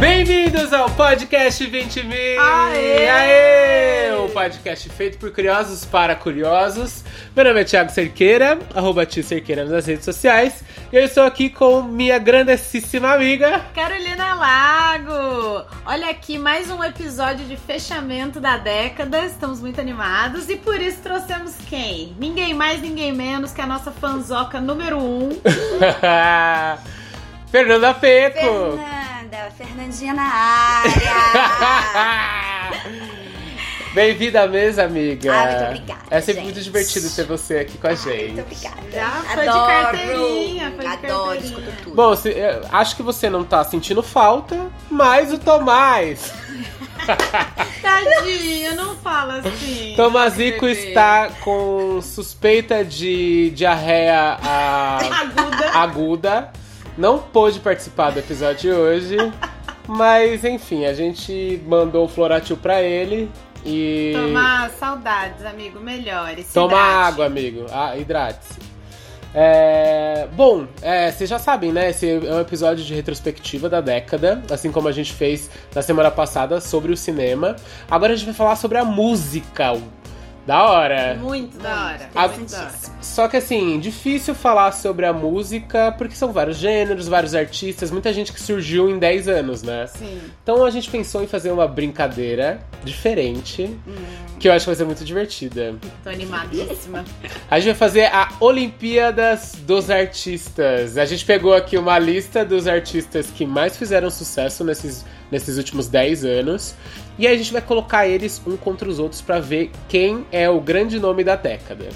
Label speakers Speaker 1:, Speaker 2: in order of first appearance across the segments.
Speaker 1: bem-vindos ao Podcast 20 Mil!
Speaker 2: Aê!
Speaker 1: Aê! O podcast feito por curiosos para curiosos. Meu nome é Thiago Cerqueira, arroba Tio Cerqueira nas redes sociais. E eu estou aqui com minha grandessíssima amiga.
Speaker 2: Carolina Lago! Olha aqui mais um episódio de fechamento da década. Estamos muito animados e por isso trouxemos quem? Ninguém mais, ninguém menos que a nossa fanzoca número um.
Speaker 1: Fernanda Peco!
Speaker 3: Fernanda, Fernandinha na área.
Speaker 1: Bem-vinda à mesa, amiga.
Speaker 3: Ah, muito obrigada,
Speaker 1: É sempre
Speaker 3: gente.
Speaker 1: muito divertido ter você aqui com a gente.
Speaker 3: Muito obrigada.
Speaker 2: Já foi de
Speaker 3: Adoro.
Speaker 2: carteirinha, foi de
Speaker 3: Adoro,
Speaker 2: carteirinha.
Speaker 3: escuto tudo.
Speaker 1: Bom, se- eu acho que você não tá sentindo falta, mas o Tomás.
Speaker 2: Tadinho, não fala assim.
Speaker 1: Tomazico
Speaker 2: bebê.
Speaker 1: está com suspeita de diarreia ah,
Speaker 2: Aguda.
Speaker 1: aguda. Não pôde participar do episódio de hoje. Mas enfim, a gente mandou o Floratil pra ele e.
Speaker 2: Tomar saudades, amigo, melhores.
Speaker 1: Toma
Speaker 2: Cidade.
Speaker 1: água, amigo. Ah, hidrate-se. É, Bom, é, vocês já sabem, né? Esse é um episódio de retrospectiva da década, assim como a gente fez na semana passada sobre o cinema. Agora a gente vai falar sobre a música. Da hora!
Speaker 2: Muito da hora.
Speaker 1: A-
Speaker 2: muito da hora.
Speaker 1: Só que assim, difícil falar sobre a música, porque são vários gêneros, vários artistas, muita gente que surgiu em 10 anos, né?
Speaker 2: Sim.
Speaker 1: Então a gente pensou em fazer uma brincadeira diferente, que eu acho que vai ser muito divertida.
Speaker 2: Tô animadíssima.
Speaker 1: A gente vai fazer a Olimpíadas dos Artistas. A gente pegou aqui uma lista dos artistas que mais fizeram sucesso nesses, nesses últimos 10 anos. E aí a gente vai colocar eles um contra os outros pra ver quem é o grande nome da década.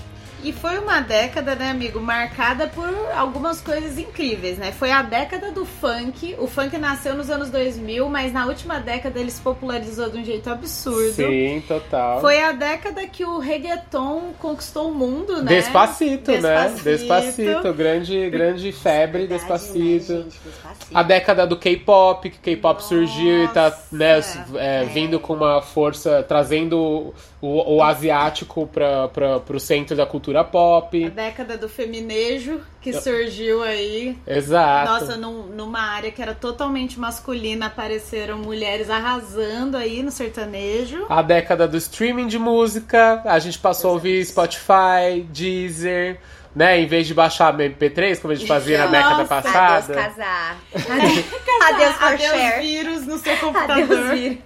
Speaker 2: E foi uma década, né, amigo, marcada por algumas coisas incríveis, né? Foi a década do funk. O funk nasceu nos anos 2000, mas na última década ele se popularizou de um jeito absurdo.
Speaker 1: Sim, total.
Speaker 2: Foi a década que o reggaeton conquistou o mundo, né?
Speaker 1: Despacito, né?
Speaker 2: Despacito.
Speaker 1: Despacito, grande, grande febre, Despacito.
Speaker 3: Né, gente? Despacito.
Speaker 1: A década do K-pop, que K-pop
Speaker 2: Nossa,
Speaker 1: surgiu e tá né,
Speaker 2: é.
Speaker 1: s- é, vindo com uma força, trazendo o, o asiático pra, pra, pro centro da cultura
Speaker 2: A
Speaker 1: pop.
Speaker 2: década do feminejo que
Speaker 1: Eu-
Speaker 2: surgiu aí.
Speaker 1: Exato.
Speaker 2: Nossa, num- numa área que era totalmente masculina, apareceram mulheres arrasando aí no sertanejo.
Speaker 1: A década do streaming de música, a gente passou a ouvir Spotify, Deezer, né? Em vez de baixar MP3, como a gente fazia na década
Speaker 2: Nossa.
Speaker 3: Adeus
Speaker 1: passada.
Speaker 3: casar. Adeus for
Speaker 2: Adeus
Speaker 3: share.
Speaker 2: vírus no seu
Speaker 3: Adeus
Speaker 2: computador.
Speaker 3: vir.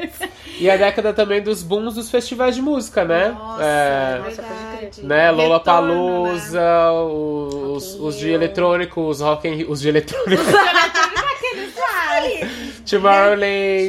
Speaker 1: E a década também dos booms dos festivais de música, né?
Speaker 2: Nossa,
Speaker 1: É,
Speaker 2: verdade.
Speaker 1: né?
Speaker 2: Retorno,
Speaker 1: Lola
Speaker 2: né?
Speaker 1: Palusa, os,
Speaker 3: Rock in
Speaker 1: os de
Speaker 3: Rio.
Speaker 1: eletrônico, os rock and, os de eletrônico,
Speaker 3: Ai,
Speaker 1: Tomorrowland,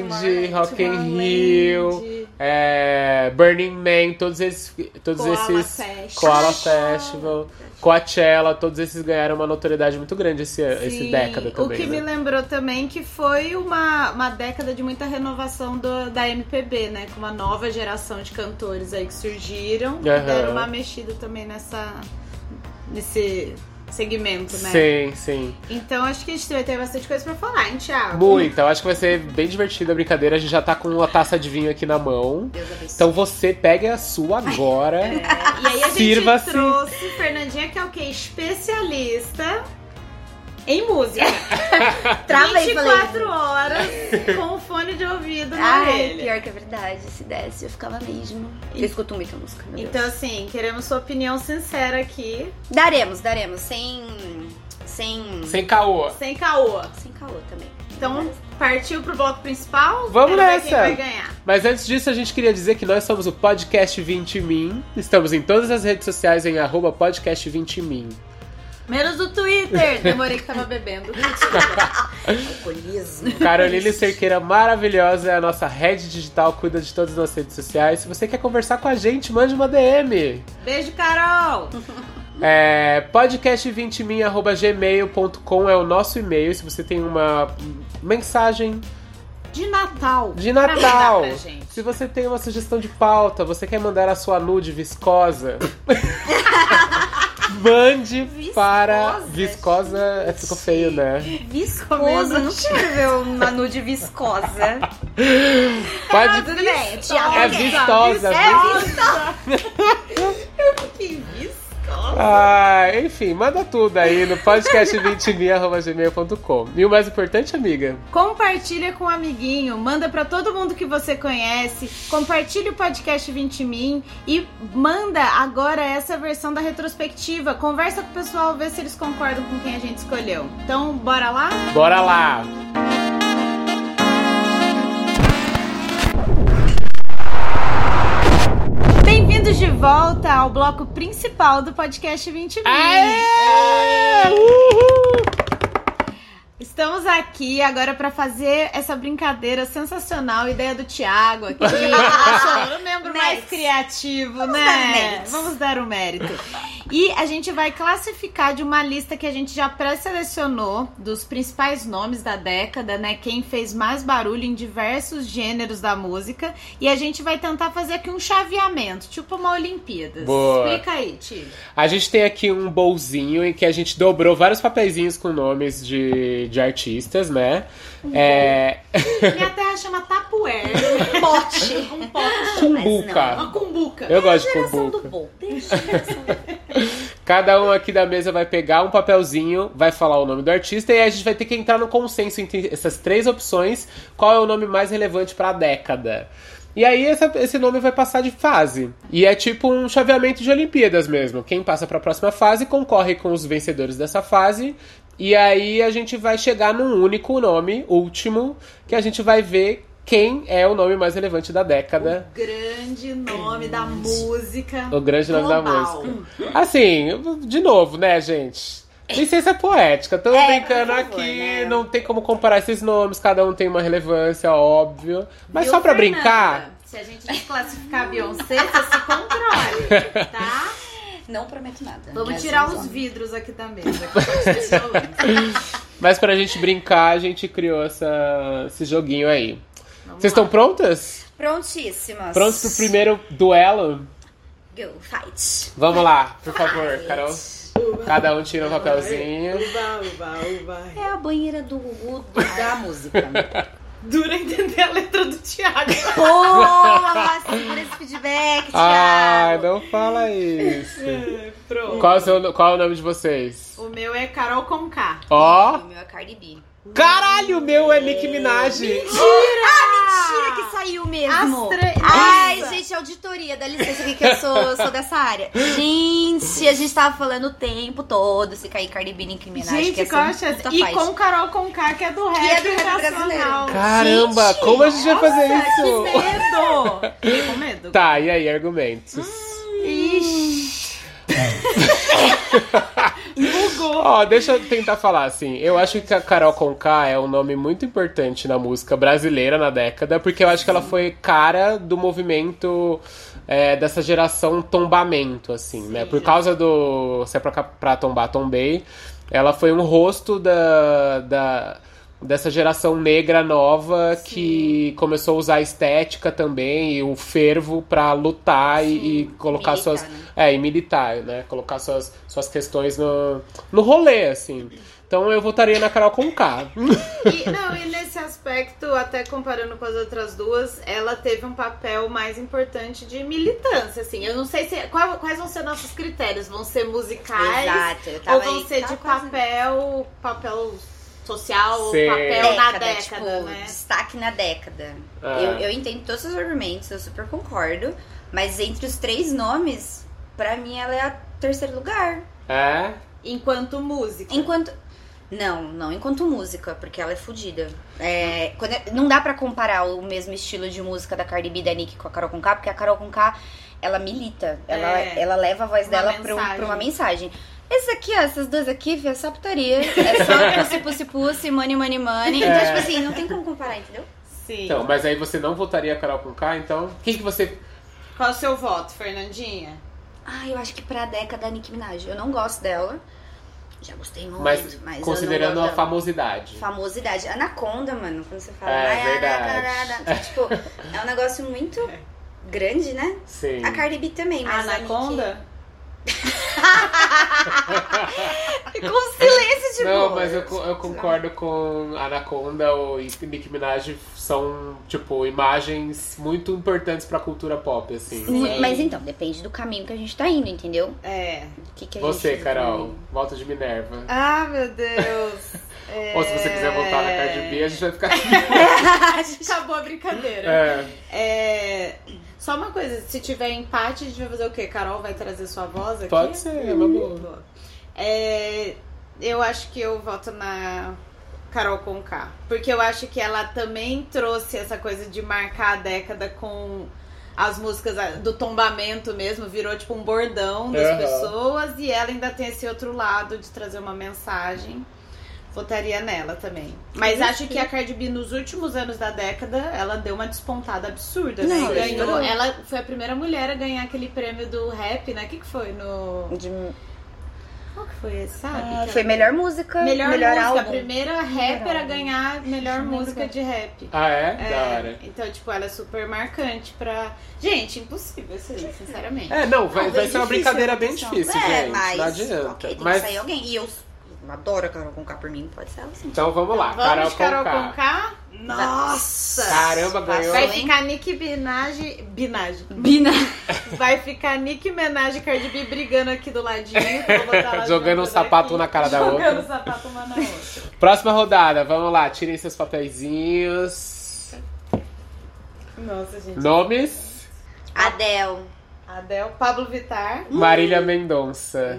Speaker 3: Tomorrowland,
Speaker 1: Rock in Rio, é, Burning Man, todos esses, todos
Speaker 2: Koala
Speaker 1: esses
Speaker 2: Fest.
Speaker 1: Koala Festival, Coachella, todos esses ganharam uma notoriedade muito grande esse, esse
Speaker 2: Ah, Sim,
Speaker 1: década
Speaker 2: O que
Speaker 1: também.
Speaker 2: me
Speaker 1: né?
Speaker 2: lembrou também que foi uma, uma década de muita renovação do- da MPB, né? Com uma nova geração de cantores aí que surgiram. que
Speaker 1: Aham.
Speaker 2: Deram uma mexida também nessa, nesse segmento, né?
Speaker 1: Sim, sim.
Speaker 2: Então acho que a gente vai ter bastante coisa pra falar, hein, Thiago?
Speaker 1: Muito. Eu acho que vai ser bem divertida a brincadeira. A gente já tá com uma taça de vinho aqui na mão.
Speaker 3: Deus abençoe.
Speaker 1: Então você pegue a sua agora.
Speaker 2: É, E aí a gente
Speaker 1: Sirva-se.
Speaker 2: trouxe Fernandinha, que é o quê? Especialista em música.
Speaker 3: Travei,
Speaker 2: 24 horas com o fone de ouvido na
Speaker 3: Ai,
Speaker 2: orelha.
Speaker 3: pior que é verdade. Se desse, eu ficava mesmo. Eu escuto muita música, meu Deus.
Speaker 2: Então, assim, queremos sua opinião sincera aqui,
Speaker 3: Daremos, daremos. Sem... Sem...
Speaker 1: Sem caô.
Speaker 2: sem caô.
Speaker 3: Sem caô também.
Speaker 2: Então, partiu pro bloco principal?
Speaker 1: Vamos
Speaker 2: Quero ver Quem
Speaker 1: nessa.
Speaker 2: vai ganhar?
Speaker 1: Mas antes disso, a gente queria dizer que nós somos o Podcast 20min. Estamos em todas as redes sociais em arroba podcast 20min.
Speaker 2: Menos o Twitter. Demorei que tava bebendo.
Speaker 3: Alcoolismo.
Speaker 1: Carolina Cerqueira maravilhosa é a nossa rede digital, cuida de todas as nossas redes sociais. Se você quer conversar com a gente, mande uma DM.
Speaker 2: Beijo, Carol!
Speaker 1: É, podcast20min.gmail.com é o nosso e-mail. Se você tem uma mensagem
Speaker 2: De Natal.
Speaker 1: de
Speaker 2: pra mandar
Speaker 1: Natal,
Speaker 2: pra gente.
Speaker 1: se você tem uma sugestão de pauta, você quer mandar a sua nude viscosa, mande para. Viscosa é, ficou feio, né?
Speaker 3: Viscosa.
Speaker 2: Comendo
Speaker 3: Não quero ver uma nude viscosa.
Speaker 1: Pode.
Speaker 3: Tudo bem, Thiago.
Speaker 1: É vistosa,
Speaker 3: É
Speaker 1: vistosa.
Speaker 3: vistosa.
Speaker 2: Que viscosa.
Speaker 1: Ah, enfim, manda tudo aí no podcast 20.gmail.com. E o mais importante, amiga,
Speaker 2: Compartilha com um amiguinho, manda pra todo mundo que você conhece, compartilha o podcast 20 Min e manda agora essa versão da retrospectiva. Conversa com o pessoal, vê se eles concordam com quem a gente escolheu. Então, bora lá?
Speaker 1: bora lá!
Speaker 2: Bem-vindos de volta ao bloco principal do podcast 20 Min.
Speaker 1: Aê! Uhul!
Speaker 2: Estamos aqui agora pra fazer essa brincadeira sensacional, ideia do Thiago aqui. Achou o membro mais
Speaker 3: Mérito.
Speaker 2: criativo,
Speaker 3: dar
Speaker 2: né?
Speaker 3: mérito.
Speaker 2: Vamos dar o mérito. E a gente vai classificar de uma lista que a gente já pré-selecionou dos principais nomes da década, né? Quem fez mais barulho em diversos gêneros da música. E a gente vai tentar fazer aqui um chaveamento, tipo uma Olimpíadas.
Speaker 1: Boa.
Speaker 2: Explica aí, Ti.
Speaker 1: A gente tem aqui um bolzinho em que a gente dobrou vários papeizinhos com nomes de, de artistas, né? É,
Speaker 2: Minha terra chama Tapuer. Um pote. Um pote.
Speaker 1: cumbuca.
Speaker 2: Uma cumbuca.
Speaker 1: Ah. Eu gosto de
Speaker 3: Geração do
Speaker 1: cumbuca.
Speaker 3: bom. Deixa a geração do bom.
Speaker 1: Cada um aqui da mesa vai pegar um papelzinho, vai falar o nome do artista e aí a gente vai ter que entrar no consenso entre essas três opções, qual é o nome mais relevante pra década. E aí essa- esse nome vai passar de fase. E é tipo um chaveamento de Olimpíadas mesmo. Quem passa pra próxima fase concorre com os vencedores dessa fase. E aí a gente vai chegar num único nome, último, que a gente vai ver quem é o nome mais relevante da década.
Speaker 2: um grande nome da música.
Speaker 1: O grande nome
Speaker 2: global. Hum.
Speaker 1: da música. Assim, de novo, né, gente? Licença poética, tô
Speaker 3: É,
Speaker 1: brincando
Speaker 3: por favor,
Speaker 1: aqui,
Speaker 3: né?
Speaker 1: não tem como comparar esses nomes, cada um tem uma relevância, óbvio. Mas
Speaker 2: Viu,
Speaker 1: só pra
Speaker 2: Fernanda?
Speaker 1: brincar,
Speaker 2: Se a gente desclassificar a Beyoncé, você se controle, tá?
Speaker 3: Não prometo nada.
Speaker 2: Vamos
Speaker 3: Graças
Speaker 2: tirar
Speaker 4: é
Speaker 3: aos
Speaker 2: os
Speaker 3: homens.
Speaker 2: vidros aqui da mesa. que eu tô precisando.
Speaker 1: mas pra gente brincar, a gente criou essa, esse joguinho aí.
Speaker 2: Vamos
Speaker 1: Vocês
Speaker 2: lá.
Speaker 1: estão prontas?
Speaker 3: Prontíssimas.
Speaker 1: Prontos pro primeiro duelo?
Speaker 3: Go, fight.
Speaker 1: Vamos lá, por favor, Carol. Cada um tira um papelzinho.
Speaker 4: Uba, uba, uba.
Speaker 3: É a banheira do Gugu da música.
Speaker 2: É. Dura entender a letra do Thiago.
Speaker 3: Boa, assim, por esse feedback, Thiago.
Speaker 1: Ai, não fala isso.
Speaker 2: Pronto.
Speaker 1: Qual, é o seu- qual é o nome de vocês?
Speaker 2: O meu é Carol Conká.
Speaker 1: Ó!
Speaker 3: O meu é Cardi B.
Speaker 1: Caralho, o meu é Nick Minaj.
Speaker 3: Mentira que saiu mesmo.
Speaker 2: As tre-
Speaker 3: Ai,
Speaker 2: Nossa.
Speaker 3: gente, auditoria, dá licença aqui que eu sou, eu sou dessa área. Gente, a gente tava falando o tempo todo, se cair Cardi B em criminais.
Speaker 2: Gente,
Speaker 3: que um
Speaker 2: qual a chance? assim, E com Carol Conká, que é do rap,
Speaker 3: é do rap
Speaker 2: nacional.
Speaker 3: brasileiro.
Speaker 1: Caramba, como a gente vai fazer
Speaker 2: Que
Speaker 1: isso?
Speaker 2: medo! Fiquei com medo.
Speaker 1: Tá, e aí, argumentos?
Speaker 2: Ixi. Bugou.
Speaker 1: Ó, deixa eu tentar falar assim. Eu acho que a Carol Conká é um nome muito importante na música brasileira na década, porque eu acho que ela foi cara do movimento é, dessa geração tombamento, assim, né? Por causa do Se é pra, Ca- pra tombar, tombei. Ela foi um rosto da. da dessa geração negra nova que começou a usar a estética também e o fervo pra lutar e, e colocar
Speaker 3: militar,
Speaker 1: suas
Speaker 3: né?
Speaker 1: é, e militar, né? Colocar suas, suas questões no, no rolê, assim. Então eu votaria na Carol com K.
Speaker 2: E, não, e nesse aspecto, até comparando com as outras duas, ela teve um papel mais importante de militância, assim. Eu não sei se qual- quais vão ser nossos critérios. Vão ser musicais
Speaker 3: Exato, eu tava
Speaker 2: ou vão
Speaker 3: aí,
Speaker 2: ser
Speaker 3: tava
Speaker 2: de
Speaker 3: quase-
Speaker 2: papel, papel social, ou
Speaker 1: Sei.
Speaker 2: papel
Speaker 3: Década,
Speaker 2: na década,
Speaker 3: tipo,
Speaker 2: né?
Speaker 3: destaque na década.
Speaker 1: Ah.
Speaker 3: Eu, eu entendo todos os argumentos, eu super concordo. Mas entre os três nomes, pra mim ela é a terceiro lugar.
Speaker 1: É?
Speaker 2: Enquanto música.
Speaker 3: Enquanto. Não, não enquanto música, porque ela é fodida. É, quando é- não dá pra comparar o mesmo estilo de música da Cardi B e da Nicki com a Carol Conká, porque a Carol Conká, ela milita. Ela,
Speaker 2: É.
Speaker 3: ela leva a voz
Speaker 2: Uma
Speaker 3: dela pra, um-
Speaker 2: mensagem.
Speaker 3: pra uma mensagem. Esse aqui, ó, essas duas aqui, filho, é só putaria. É só pussy, pussy, pussy, money, money, money. Então,
Speaker 1: É.
Speaker 3: tipo assim, não tem como comparar, entendeu?
Speaker 2: Sim.
Speaker 1: Então, mas aí você não votaria a Carol com K, então? Quem que você.
Speaker 2: Qual o seu voto, Fernandinha?
Speaker 3: Ah, eu acho que pra década da Nicki Minaj. Eu não gosto dela. Já gostei muito, mas,
Speaker 1: Mas,
Speaker 3: eu não
Speaker 1: considerando a
Speaker 3: gosto dela.
Speaker 1: famosidade.
Speaker 3: Famosidade. Anaconda, mano, quando você fala.
Speaker 1: É,
Speaker 3: "Ai,
Speaker 1: verdade.
Speaker 3: anaconda", Tipo, é um negócio muito grande, né?
Speaker 1: Sim.
Speaker 3: A Cardi B também, mas. a
Speaker 2: Anaconda?
Speaker 3: Nicki- Com silêncio, tipo.
Speaker 1: Não, Não, mas eu, co- eu concordo com Anaconda ou e Nicki Minaj são, tipo, imagens muito importantes pra cultura pop, assim.
Speaker 3: Mu-
Speaker 1: sabe?
Speaker 3: Mas então, depende do caminho que a gente tá indo, entendeu?
Speaker 2: É.
Speaker 3: O que que a
Speaker 1: Você,
Speaker 3: gente-
Speaker 1: Carol, volta de Minerva.
Speaker 2: Ah, meu Deus. É.
Speaker 1: Ou se você quiser voltar na Cardi B, a gente vai ficar aqui.
Speaker 2: A gente acabou a brincadeira.
Speaker 1: É.
Speaker 2: É. Só uma coisa, se tiver empate, a gente vai fazer o quê? Carol vai trazer sua voz aqui?
Speaker 1: Pode ser, é uma boa.
Speaker 2: Boa. É, eu acho que eu voto na Carol Conká. Porque eu acho que ela também trouxe essa coisa de marcar a década com as músicas ah, do tombamento mesmo, virou tipo um bordão das
Speaker 1: Aham.
Speaker 2: pessoas. E ela ainda tem esse outro lado de trazer uma mensagem. Votaria nela também. Mas acho que a Cardi B, nos últimos anos da década, ela deu uma despontada absurda. né?
Speaker 3: Não,
Speaker 2: E ganhou,
Speaker 3: estourou.
Speaker 2: ela foi a primeira mulher a ganhar aquele prêmio do rap, né? O que, que foi? No.
Speaker 3: De-
Speaker 2: Qual que foi esse? Sabe?
Speaker 3: Ah,
Speaker 2: Que
Speaker 3: Foi melhor música,
Speaker 2: Melhor,
Speaker 3: melhor,
Speaker 2: música, a
Speaker 3: álbum.
Speaker 2: primeira rapper a ganhar melhor
Speaker 3: Não
Speaker 2: música
Speaker 3: lembro.
Speaker 2: de rap.
Speaker 1: Ah, é?
Speaker 2: É,
Speaker 1: Da hora.
Speaker 2: Então, tipo, ela é super marcante pra. Gente, impossível isso aí, sinceramente.
Speaker 1: É, não, vai,
Speaker 3: Não,
Speaker 1: vai
Speaker 3: bem
Speaker 1: ser uma
Speaker 3: difícil,
Speaker 1: brincadeira
Speaker 3: né,
Speaker 1: bem
Speaker 3: pessoal?
Speaker 1: difícil,
Speaker 3: é,
Speaker 1: gente.
Speaker 3: Mas,
Speaker 1: não adianta.
Speaker 3: ok, é tem
Speaker 1: mas,
Speaker 3: que sair alguém. E eu, eu adoro a Carol Conká por mim, pode ser ela sim.
Speaker 1: então vamos lá,
Speaker 2: Vamos de
Speaker 1: Carol
Speaker 2: Carol
Speaker 1: Conká.
Speaker 2: Conká?
Speaker 3: Nossa!
Speaker 1: Caramba, ganhou.
Speaker 2: Vai
Speaker 3: Passou, hein?
Speaker 2: ficar Nick Minaj. Binage.
Speaker 3: Bina.
Speaker 2: Vai ficar Nick Minaj e Cardi B brigando aqui do ladinho. que eu vou botar lá
Speaker 1: Jogando um
Speaker 2: junto
Speaker 1: sapato
Speaker 2: daqui.
Speaker 1: um na cara da
Speaker 2: Jogando
Speaker 1: outra.
Speaker 2: sapato uma na outra.
Speaker 1: Próxima rodada, vamos lá, tirem seus papeizinhos.
Speaker 2: Nossa, gente.
Speaker 1: Nomes:
Speaker 3: Adele.
Speaker 2: Adel, Pablo Vittar.
Speaker 1: Marília Mendonça.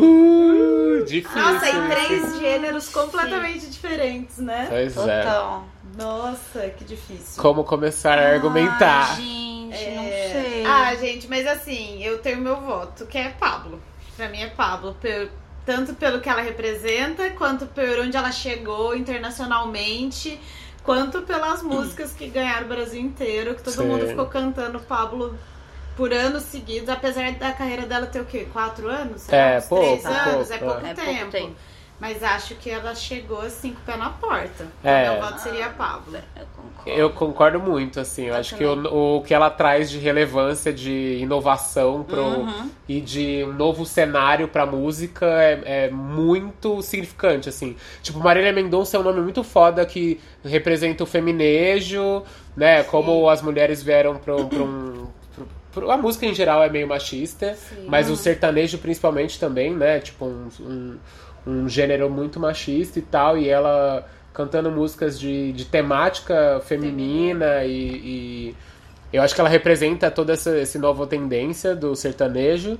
Speaker 1: Uh, difícil.
Speaker 2: Nossa,
Speaker 1: isso.
Speaker 2: em três gêneros completamente diferentes, né?
Speaker 1: Pois é.
Speaker 3: Total.
Speaker 2: Nossa, que difícil.
Speaker 1: Como começar a argumentar?
Speaker 3: Ai, Ah, gente, não
Speaker 2: É,
Speaker 3: sei.
Speaker 2: Ah, gente, mas assim, eu tenho meu voto, que é Pablo. Pra mim é Pablo. pe- tanto pelo que ela representa, quanto por onde ela chegou internacionalmente, quanto pelas músicas que ganharam o Brasil inteiro, que todo
Speaker 1: Hum. Sim.
Speaker 2: mundo ficou cantando Pablo por anos seguidos, apesar da carreira dela ter o quê? Quatro anos? Sei
Speaker 1: É,
Speaker 2: lá, uns três
Speaker 1: pouco,
Speaker 2: anos, é
Speaker 1: pouco,
Speaker 2: pouco,
Speaker 3: é.
Speaker 2: tempo.
Speaker 3: É pouco tempo.
Speaker 2: Mas acho que ela chegou assim com o pé na porta.
Speaker 1: É.
Speaker 2: Meu voto seria Pablo.
Speaker 3: eu concordo.
Speaker 1: Eu concordo muito, assim. Eu
Speaker 3: Eu
Speaker 1: acho que o, o que ela traz de relevância, de inovação pro,
Speaker 3: Uhum.
Speaker 1: e de um novo cenário pra música é, é muito significante, assim. Tipo, Marília Mendonça é um nome muito foda que representa o feminejo, né? Como as mulheres vieram pro, pro um. pro- pro- a música em geral é meio machista,
Speaker 3: Sim.
Speaker 1: mas o sertanejo principalmente também, né? Tipo, um, um, um gênero muito machista e tal, e ela cantando músicas de, de temática feminina e, e eu acho que ela representa toda essa, essa nova tendência do sertanejo.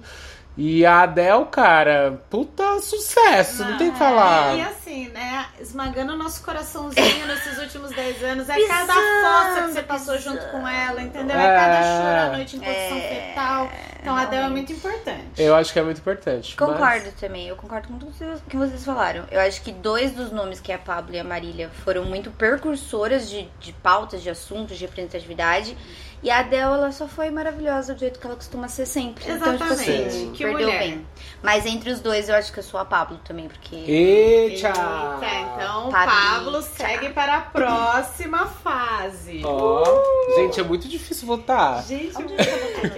Speaker 1: E a Adele, cara, puta sucesso, não, tem o que falar.
Speaker 2: E assim, né? Esmagando o nosso coraçãozinho nesses últimos 10 anos. É cada
Speaker 3: Pisando,
Speaker 2: fossa que você passou junto com ela, entendeu?
Speaker 1: É.
Speaker 2: É cada choro à noite em posição
Speaker 3: É,
Speaker 2: fetal. Então a Adele é
Speaker 3: realmente.
Speaker 2: muito importante.
Speaker 1: Eu acho que é muito importante. mas-
Speaker 3: Concordo também, eu concordo com tudo que vocês- que vocês falaram. Eu acho que dois dos nomes, que é a Pablo e a Marília, foram muito percursoras de, de pautas, de assuntos, de representatividade. E a Adele, ela só foi maravilhosa do jeito que ela costuma ser sempre. Então, tipo
Speaker 2: Exatamente.
Speaker 3: assim,
Speaker 2: Que
Speaker 3: perdeu
Speaker 2: mulher.
Speaker 3: bem. Mas entre os dois, eu acho que eu sou a Pablo também, porque...
Speaker 1: Eita!
Speaker 2: então
Speaker 3: Pablito.
Speaker 2: Pablo segue para a próxima fase.
Speaker 1: Ó, gente, é muito difícil votar.
Speaker 2: Gente, eu
Speaker 3: tá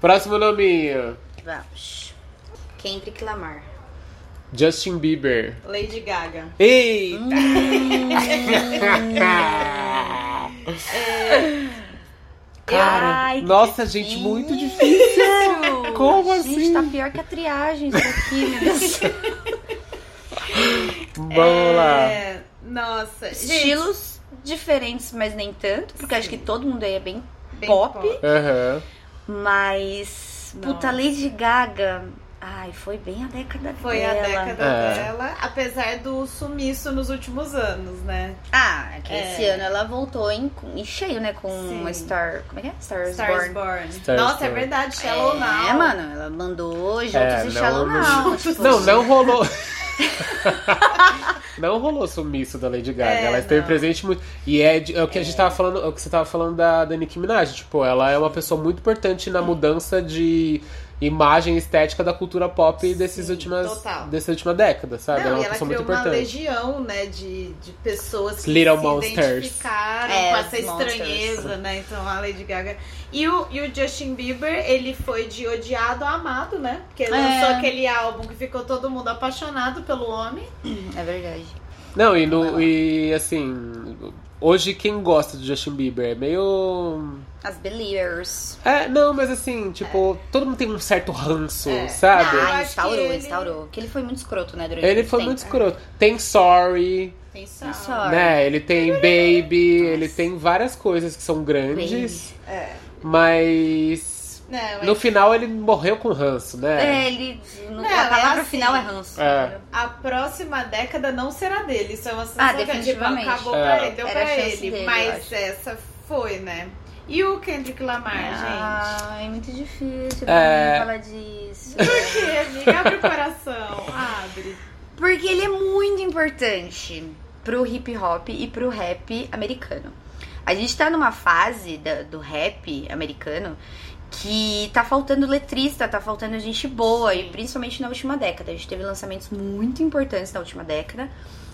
Speaker 1: Próximo nominho:
Speaker 3: Vamos. Kendrick Lamar.
Speaker 1: Justin Bieber.
Speaker 2: Lady Gaga.
Speaker 1: Eita!
Speaker 3: Hum.
Speaker 1: Cara,
Speaker 3: Ai, que
Speaker 1: nossa, gente, muito difícil. Como assim?
Speaker 3: Gente, tá pior que a triagem isso aqui, meu Deus.
Speaker 1: Vamos lá.
Speaker 2: É, nossa. Gente,
Speaker 3: Estilos diferentes, mas nem tanto, porque acho que todo mundo aí é bem
Speaker 2: bem
Speaker 3: pop.
Speaker 1: Aham.
Speaker 3: Mas. Puta,
Speaker 2: Não.
Speaker 3: Lady Gaga. Ai, foi bem a década
Speaker 2: Foi
Speaker 3: dela.
Speaker 2: a década
Speaker 1: É.
Speaker 2: dela, apesar do sumiço nos últimos anos, né?
Speaker 3: Ah, é que
Speaker 2: É.
Speaker 3: esse ano ela voltou em, em cheio, né? Com
Speaker 2: Sim.
Speaker 3: a Star. Como é que é? Star is
Speaker 2: Stars
Speaker 3: Born.
Speaker 2: Born.
Speaker 1: Stars
Speaker 2: Nossa, é
Speaker 1: Born.
Speaker 2: verdade, Shallow
Speaker 3: é,
Speaker 2: Now.
Speaker 3: mano, ela mandou juntos
Speaker 1: É,
Speaker 3: e
Speaker 1: não,
Speaker 3: Shallow
Speaker 1: não-
Speaker 3: Now, tipo,
Speaker 1: Não, não rolou. não rolou sumiço da Lady Gaga.
Speaker 2: É,
Speaker 1: ela esteve
Speaker 2: não.
Speaker 1: presente muito. E é, de- é o que a gente tava falando, é o que você tava falando da, da Nicki Minaj. Tipo, ela é uma pessoa muito importante na mudança de imagem estética da cultura pop desses
Speaker 2: Sim,
Speaker 1: últimas,
Speaker 2: total.
Speaker 1: dessa última década, sabe?
Speaker 2: Não,
Speaker 1: ela é
Speaker 2: e
Speaker 1: uma
Speaker 2: ela
Speaker 1: pessoa
Speaker 2: criou
Speaker 1: muito
Speaker 2: uma
Speaker 1: importante.
Speaker 2: legião, né, de, de pessoas que
Speaker 1: Little
Speaker 2: se
Speaker 1: monsters.
Speaker 2: identificaram
Speaker 3: É,
Speaker 2: com essa
Speaker 3: as monsters.
Speaker 2: estranheza, né? Então a Lady Gaga. E o, e o Justin Bieber, ele foi de odiado a amado, né? Porque ele
Speaker 3: É.
Speaker 2: lançou aquele álbum que ficou todo mundo apaixonado pelo homem.
Speaker 3: É verdade.
Speaker 1: Não, e, no, e assim, hoje quem gosta do Justin Bieber é meio.
Speaker 3: As Believers.
Speaker 1: É, não, mas assim, tipo, todo mundo tem um certo ranço,
Speaker 2: É.
Speaker 1: sabe?
Speaker 2: Eu
Speaker 3: Ah,
Speaker 2: acho
Speaker 3: instaurou,
Speaker 2: que ele-
Speaker 3: instaurou. Porque ele foi muito escroto, né, durante
Speaker 1: Ele
Speaker 3: muito
Speaker 1: foi
Speaker 3: tempo.
Speaker 1: muito escroto. Tem Sorry,
Speaker 2: Tem
Speaker 3: Tem
Speaker 2: só.
Speaker 3: Sorry.
Speaker 1: né? Ele tem Baby, ele tem várias coisas que são grandes,
Speaker 2: É.
Speaker 1: mas
Speaker 2: Não,
Speaker 1: no final ele morreu com ranço, né?
Speaker 3: É, ele. não-
Speaker 2: Não,
Speaker 3: a palavra
Speaker 2: é assim.
Speaker 3: final é ranço.
Speaker 1: É.
Speaker 2: A próxima década não será dele. Isso é uma sensação que
Speaker 3: Ah, definitivamente.
Speaker 2: Tipo, acabou
Speaker 1: É.
Speaker 2: pra ele, deu
Speaker 3: Era a
Speaker 2: pra
Speaker 3: chance
Speaker 2: ele.
Speaker 3: dele, eu
Speaker 2: mas
Speaker 3: acho.
Speaker 2: essa foi, né? E o Kendrick Lamar, gente?
Speaker 3: Ah, é muito difícil
Speaker 1: É.
Speaker 3: pra mim falar disso.
Speaker 2: Por quê, amiga? Abre o coração. Abre.
Speaker 3: Porque ele é muito importante pro hip hop e pro rap americano. A gente tá numa fase da- do rap americano que tá faltando letrista, tá faltando gente boa, e
Speaker 2: Sim.
Speaker 3: principalmente na última década. A gente teve lançamentos muito importantes na última década.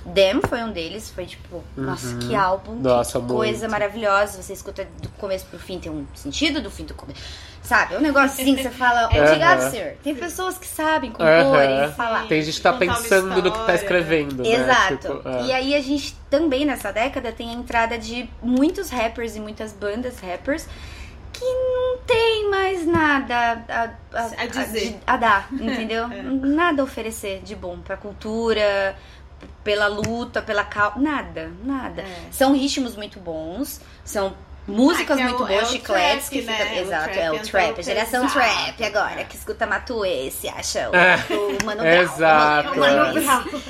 Speaker 3: Dem foi um deles, foi tipo, nossa,
Speaker 1: Uhum.
Speaker 3: que álbum, que
Speaker 1: Nossa,
Speaker 3: coisa
Speaker 1: muito.
Speaker 3: maravilhosa. Você escuta do começo pro fim, tem um sentido, do fim do começo. Sabe? É um negócio assim que você fala,
Speaker 1: É.
Speaker 3: obrigado,
Speaker 1: Aham.
Speaker 3: senhor. Tem pessoas que sabem
Speaker 1: Aham.
Speaker 3: compor e falar.
Speaker 1: Tem gente que tá
Speaker 2: Contar uma
Speaker 1: pensando no que tá
Speaker 2: história,
Speaker 1: escrevendo, né?
Speaker 3: Exato.
Speaker 1: Tipo, é.
Speaker 3: E aí a gente também nessa década tem a entrada de muitos rappers e muitas bandas rappers que não tem mais nada a,
Speaker 2: A dizer. É.
Speaker 3: a dar, entendeu? Nada a oferecer de bom pra cultura, p- pela luta, pela cal... nada, nada.
Speaker 2: É.
Speaker 3: São ritmos muito bons, são músicas
Speaker 2: Ah, que é
Speaker 3: muito
Speaker 2: o- é
Speaker 3: boas,
Speaker 2: o
Speaker 3: chicletes
Speaker 2: trap,
Speaker 3: que fica...
Speaker 2: né? É o
Speaker 3: Exato,
Speaker 2: trap
Speaker 3: é o
Speaker 2: entrou
Speaker 3: trap, a geração
Speaker 2: pesado.
Speaker 3: trap agora, que escuta Matuê, se acha o,
Speaker 1: É.
Speaker 3: o Mano Brown,
Speaker 1: Exato,
Speaker 3: o
Speaker 1: é.
Speaker 3: Mano
Speaker 2: Mano
Speaker 3: Brown.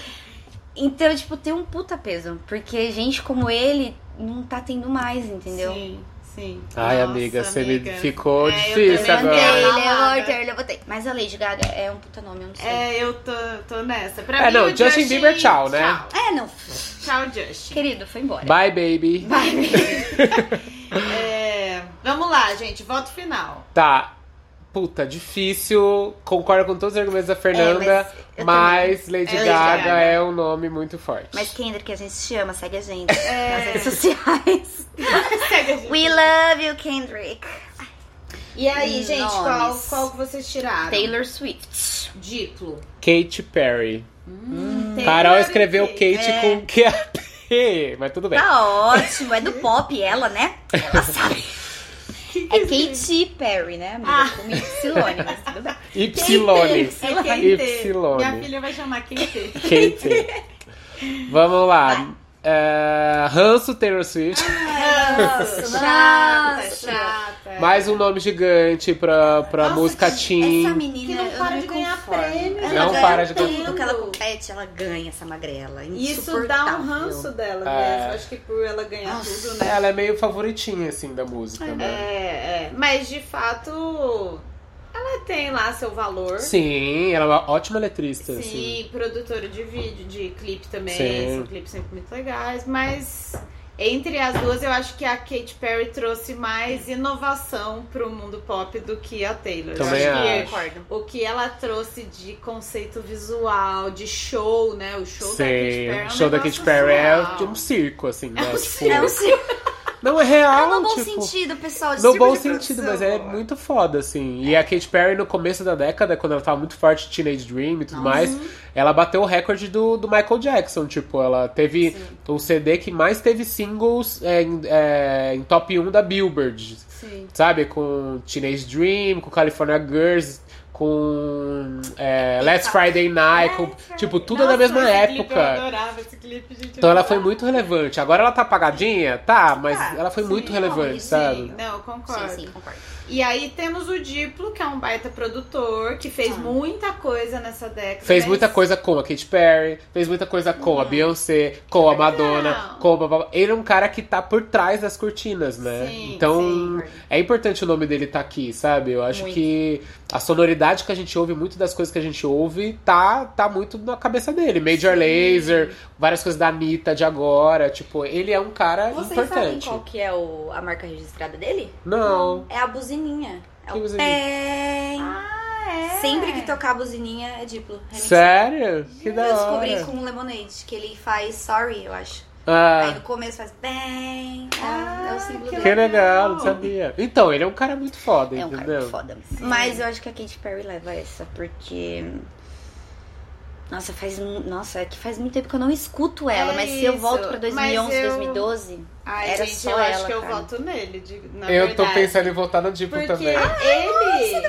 Speaker 3: Então, tipo, tem um puta peso. Porque gente como ele não tá tendo mais, entendeu?
Speaker 2: Sim, sim.
Speaker 1: Ai,
Speaker 2: Nossa,
Speaker 1: amiga, você me
Speaker 2: amiga.
Speaker 1: ficou
Speaker 2: É, eu
Speaker 1: difícil
Speaker 2: também
Speaker 1: agora.
Speaker 2: andei.
Speaker 3: Levantei,
Speaker 2: Amada.
Speaker 3: levantei, levantei. Mas a Lady Gaga é um puta nome, eu não sei. É,
Speaker 2: É, eu tô, tô nessa. Pra
Speaker 1: É,
Speaker 2: mim,
Speaker 1: não,
Speaker 2: o
Speaker 1: Justin Bieber, tchau, né?
Speaker 3: É, não.
Speaker 2: Tchau, tchau Justin.
Speaker 3: Querido, foi embora.
Speaker 1: Bye, baby.
Speaker 3: Vai,
Speaker 2: É, vamos lá, gente. Voto final.
Speaker 1: Tá. Puta, difícil. Concordo com todos os argumentos da
Speaker 3: É,
Speaker 1: Fernanda,
Speaker 3: mas eu
Speaker 1: mas, Lady
Speaker 2: É Lady
Speaker 1: Gaga
Speaker 2: Gaga.
Speaker 1: é um nome muito forte.
Speaker 3: Mas Kendrick, a gente te ama, segue a gente
Speaker 2: É.
Speaker 3: nas redes sociais.
Speaker 2: Segue a gente.
Speaker 3: We love you, Kendrick.
Speaker 2: E aí, gente, qual,
Speaker 3: Nomes.
Speaker 2: qual que vocês tiraram?
Speaker 3: Taylor Swift.
Speaker 2: Diplo.
Speaker 1: Katy Perry.
Speaker 2: Taylor
Speaker 1: Carol
Speaker 2: e
Speaker 1: escreveu
Speaker 2: Kate.
Speaker 1: Kate
Speaker 3: É.
Speaker 1: com QAP, mas tudo bem.
Speaker 3: Tá ótimo, é do pop ela, né? Ela sabe. É Katy Perry, né, amiga?
Speaker 2: Ah.
Speaker 3: Com Ypsilone, mas tudo bem.
Speaker 1: Ypsilone.
Speaker 2: É
Speaker 3: Ela
Speaker 2: Kate.
Speaker 1: Ypsilone.
Speaker 2: Minha filha vai chamar Kate.
Speaker 1: Kate. Vamos lá. É, ranço Taylor Swift.
Speaker 3: Ah, Nossa,
Speaker 2: chata,
Speaker 3: nossa.
Speaker 2: chata.
Speaker 1: Mais um nome gigante pra, pra
Speaker 2: é. Nossa,
Speaker 1: música
Speaker 3: Essa
Speaker 1: Teen.
Speaker 3: menina
Speaker 2: Que não para
Speaker 3: eu
Speaker 2: de
Speaker 3: me
Speaker 2: ganhar
Speaker 3: conformo.
Speaker 2: prêmio,
Speaker 3: Ela
Speaker 1: né? Não
Speaker 3: ganha
Speaker 1: para de ganhar
Speaker 3: tudo
Speaker 2: prêmio.
Speaker 3: que ela compete, ela ganha essa magrela.
Speaker 2: Isso dá um
Speaker 3: insuportável.
Speaker 2: ranço dela,
Speaker 1: É.
Speaker 2: mesmo. Acho que por ela ganhar
Speaker 3: Nossa.
Speaker 2: tudo, né?
Speaker 1: Ela é meio favoritinha, assim, da música, né?
Speaker 2: É, é. Mas de fato, ela tem lá seu valor.
Speaker 1: Sim, ela é uma ótima letrista,
Speaker 2: Sim,
Speaker 1: assim.
Speaker 2: produtora de vídeo, de clipe também.
Speaker 1: Sim.
Speaker 2: São clipes sempre muito legais. Mas entre as duas, eu acho que a Katy Perry trouxe mais inovação pro mundo pop do que a Taylor.
Speaker 1: Também
Speaker 2: eu acho que
Speaker 1: acho.
Speaker 3: Concordo.
Speaker 2: o que ela trouxe de conceito visual, de show, né? O show da Katy
Speaker 1: Sim,
Speaker 2: Perry. é um
Speaker 1: o show da
Speaker 2: negócio
Speaker 1: Katy Perry é
Speaker 2: surreal.
Speaker 1: de um circo, assim, né?
Speaker 2: um
Speaker 1: Tipo,
Speaker 3: É um circo
Speaker 1: não é real,
Speaker 3: no bom
Speaker 1: tipo,
Speaker 3: sentido, pessoal. de
Speaker 1: No
Speaker 3: circo
Speaker 1: bom
Speaker 3: de produção.
Speaker 1: sentido, mas é muito foda, assim. E a Katy Perry, no começo da década, quando ela tava muito forte, Teenage Dream e tudo mais,
Speaker 2: Uhum.
Speaker 1: ela bateu o recorde do, do Michael Jackson. Tipo, ela teve um CD que mais teve singles é, em, é, em top 1 da Billboard.
Speaker 2: Sim.
Speaker 1: Sabe? Com Teenage Dream, com California Girls, com é, Last Friday Night, com, tipo, tudo
Speaker 2: Nossa,
Speaker 1: na mesma
Speaker 2: esse
Speaker 1: época.
Speaker 2: Clipe, eu adorava esse clipe, gente.
Speaker 1: Então
Speaker 2: eu
Speaker 1: ela foi
Speaker 2: adorava.
Speaker 1: muito relevante. Agora ela tá apagadinha? Tá, mas
Speaker 3: Tá,
Speaker 1: ela foi
Speaker 2: sim,
Speaker 1: muito
Speaker 2: não,
Speaker 1: relevante,
Speaker 2: sim,
Speaker 1: sabe?
Speaker 2: Não, eu concordo.
Speaker 3: Sim, sim, concordo.
Speaker 2: E aí temos o Diplo, que é um baita produtor, que fez
Speaker 3: Ah.
Speaker 2: muita coisa nessa década. né?
Speaker 1: Fez
Speaker 3: é
Speaker 2: mas-
Speaker 1: muita coisa com a Katy Perry, fez muita coisa com a Beyoncé, com a Madonna,
Speaker 2: Não.
Speaker 1: com a babá. Ele é um cara que tá por trás das cortinas, né?
Speaker 2: Sim,
Speaker 1: então
Speaker 2: sim.
Speaker 1: é importante o nome dele tá aqui, sabe? Eu acho
Speaker 3: Muito.
Speaker 1: que a sonoridade que a gente ouve, muito das coisas que a gente ouve, tá, tá muito na cabeça dele. Major Laser, várias coisas da Anitta de agora. Tipo, ele é um cara
Speaker 3: Vocês sabem
Speaker 1: importante.
Speaker 3: qual que é o- a marca registrada dele?
Speaker 1: Não.
Speaker 3: É a buzininha. É
Speaker 1: Que Ah,
Speaker 3: o
Speaker 1: buzininha?
Speaker 3: PEN.
Speaker 2: é.
Speaker 3: Sempre que tocar a buzininha é Diplo. remix.
Speaker 1: Sério? Que da
Speaker 3: Eu descobri
Speaker 1: hora.
Speaker 3: com o Lemonade, que ele faz Sorry, eu acho. Aí
Speaker 1: Ah,
Speaker 3: no começo faz bem.
Speaker 2: Ah,
Speaker 3: é, é o símbolo
Speaker 2: que
Speaker 3: do-
Speaker 1: que legal, não sabia. Então, ele é um cara muito foda,
Speaker 3: É um cara
Speaker 1: entendeu?
Speaker 3: muito foda. Mas eu acho que a Katy Perry leva essa, porque. Nossa, faz. mu- Nossa, é que faz muito tempo que eu não escuto ela,
Speaker 2: É
Speaker 3: mas se eu
Speaker 2: isso,
Speaker 3: volto pra 2011,
Speaker 2: mas eu-
Speaker 3: 2012.
Speaker 2: Ai,
Speaker 3: Era
Speaker 2: gente,
Speaker 3: só
Speaker 2: eu acho
Speaker 3: ela,
Speaker 2: que eu
Speaker 3: cara.
Speaker 2: voto nele, de- na
Speaker 1: eu
Speaker 2: verdade.
Speaker 1: tô pensando em voltar no Diplo
Speaker 2: Porque ah,
Speaker 1: também.
Speaker 2: ele...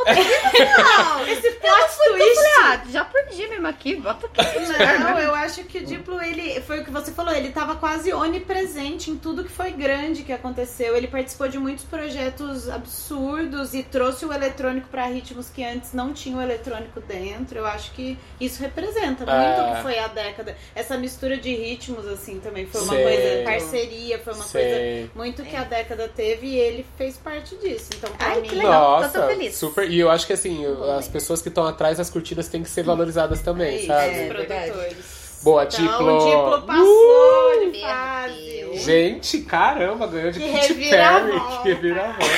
Speaker 3: Não!
Speaker 2: Esse plot twist...
Speaker 3: ah, já perdi mesmo aqui, bota aqui.
Speaker 2: Não, eu acho que o Diplo, ele. Foi o que você falou, ele tava quase onipresente em tudo que foi grande que aconteceu. Ele participou de muitos projetos absurdos e trouxe o eletrônico pra ritmos que antes não tinha o eletrônico dentro. Eu acho que isso representa muito
Speaker 1: Ah.
Speaker 2: o que foi a década. Essa mistura de ritmos, assim, também foi uma
Speaker 1: Sei.
Speaker 2: coisa. Parceria, foi uma coisa.
Speaker 1: Sei.
Speaker 2: Muito que a década teve e ele fez parte disso. Então, pra
Speaker 3: Ai,
Speaker 2: mim.
Speaker 3: que legal. tô
Speaker 1: Nossa,
Speaker 3: tão feliz.
Speaker 1: super. E eu acho que assim,
Speaker 3: Muito bom,
Speaker 1: as
Speaker 3: né?
Speaker 1: pessoas que estão atrás das cortinas têm que ser valorizadas
Speaker 2: É
Speaker 1: também,
Speaker 2: isso,
Speaker 1: sabe?
Speaker 2: os
Speaker 3: É verdade.
Speaker 2: produtores.
Speaker 1: Boa,
Speaker 2: então,
Speaker 1: Diplo. Uh!
Speaker 2: O Diplo passou de
Speaker 3: Meu
Speaker 2: fase.
Speaker 3: Deus.
Speaker 1: Gente, caramba, ganhou de
Speaker 2: Que
Speaker 1: Katy Perry.
Speaker 2: reviravolta.
Speaker 1: Que reviravolta.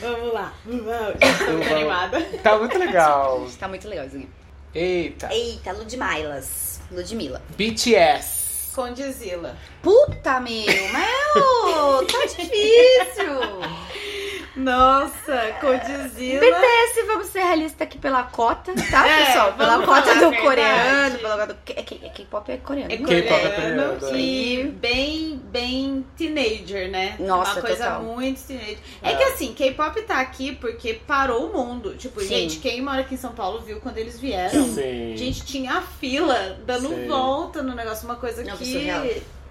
Speaker 2: Vamos lá.
Speaker 1: Então
Speaker 2: Estou muito animada.
Speaker 1: Tá muito legal.
Speaker 3: Tá muito legal isso aqui.
Speaker 1: Eita.
Speaker 3: Eita, Ludmilas. Ludmilla.
Speaker 1: BTS.
Speaker 2: Condizila.
Speaker 3: Puta, meu, meu! Tá difícil!
Speaker 2: é? Nossa, Condizila.
Speaker 3: BTS, vamos ser realistas aqui pela cota, tá,
Speaker 2: É,
Speaker 3: pessoal? Pela
Speaker 2: vamos
Speaker 3: cota
Speaker 2: falar a
Speaker 3: do
Speaker 2: verdade.
Speaker 3: coreano, pela cota do. é que- é que K-pop é coreano.
Speaker 2: É
Speaker 3: né?
Speaker 1: K-pop é
Speaker 2: coreano
Speaker 1: coreano,
Speaker 2: e bem, bem teenager, né?
Speaker 3: Nossa,
Speaker 2: Uma coisa
Speaker 3: total.
Speaker 2: muito teenager. É,
Speaker 1: É.
Speaker 2: que assim, K-pop tá aqui porque parou o mundo. Tipo,
Speaker 3: Sim.
Speaker 2: gente, quem mora aqui em São Paulo viu quando eles vieram.
Speaker 1: Sim.
Speaker 2: Gente, tinha a fila dando
Speaker 1: Sim.
Speaker 2: volta no negócio, uma coisa
Speaker 3: Não,
Speaker 2: que.
Speaker 3: surreal.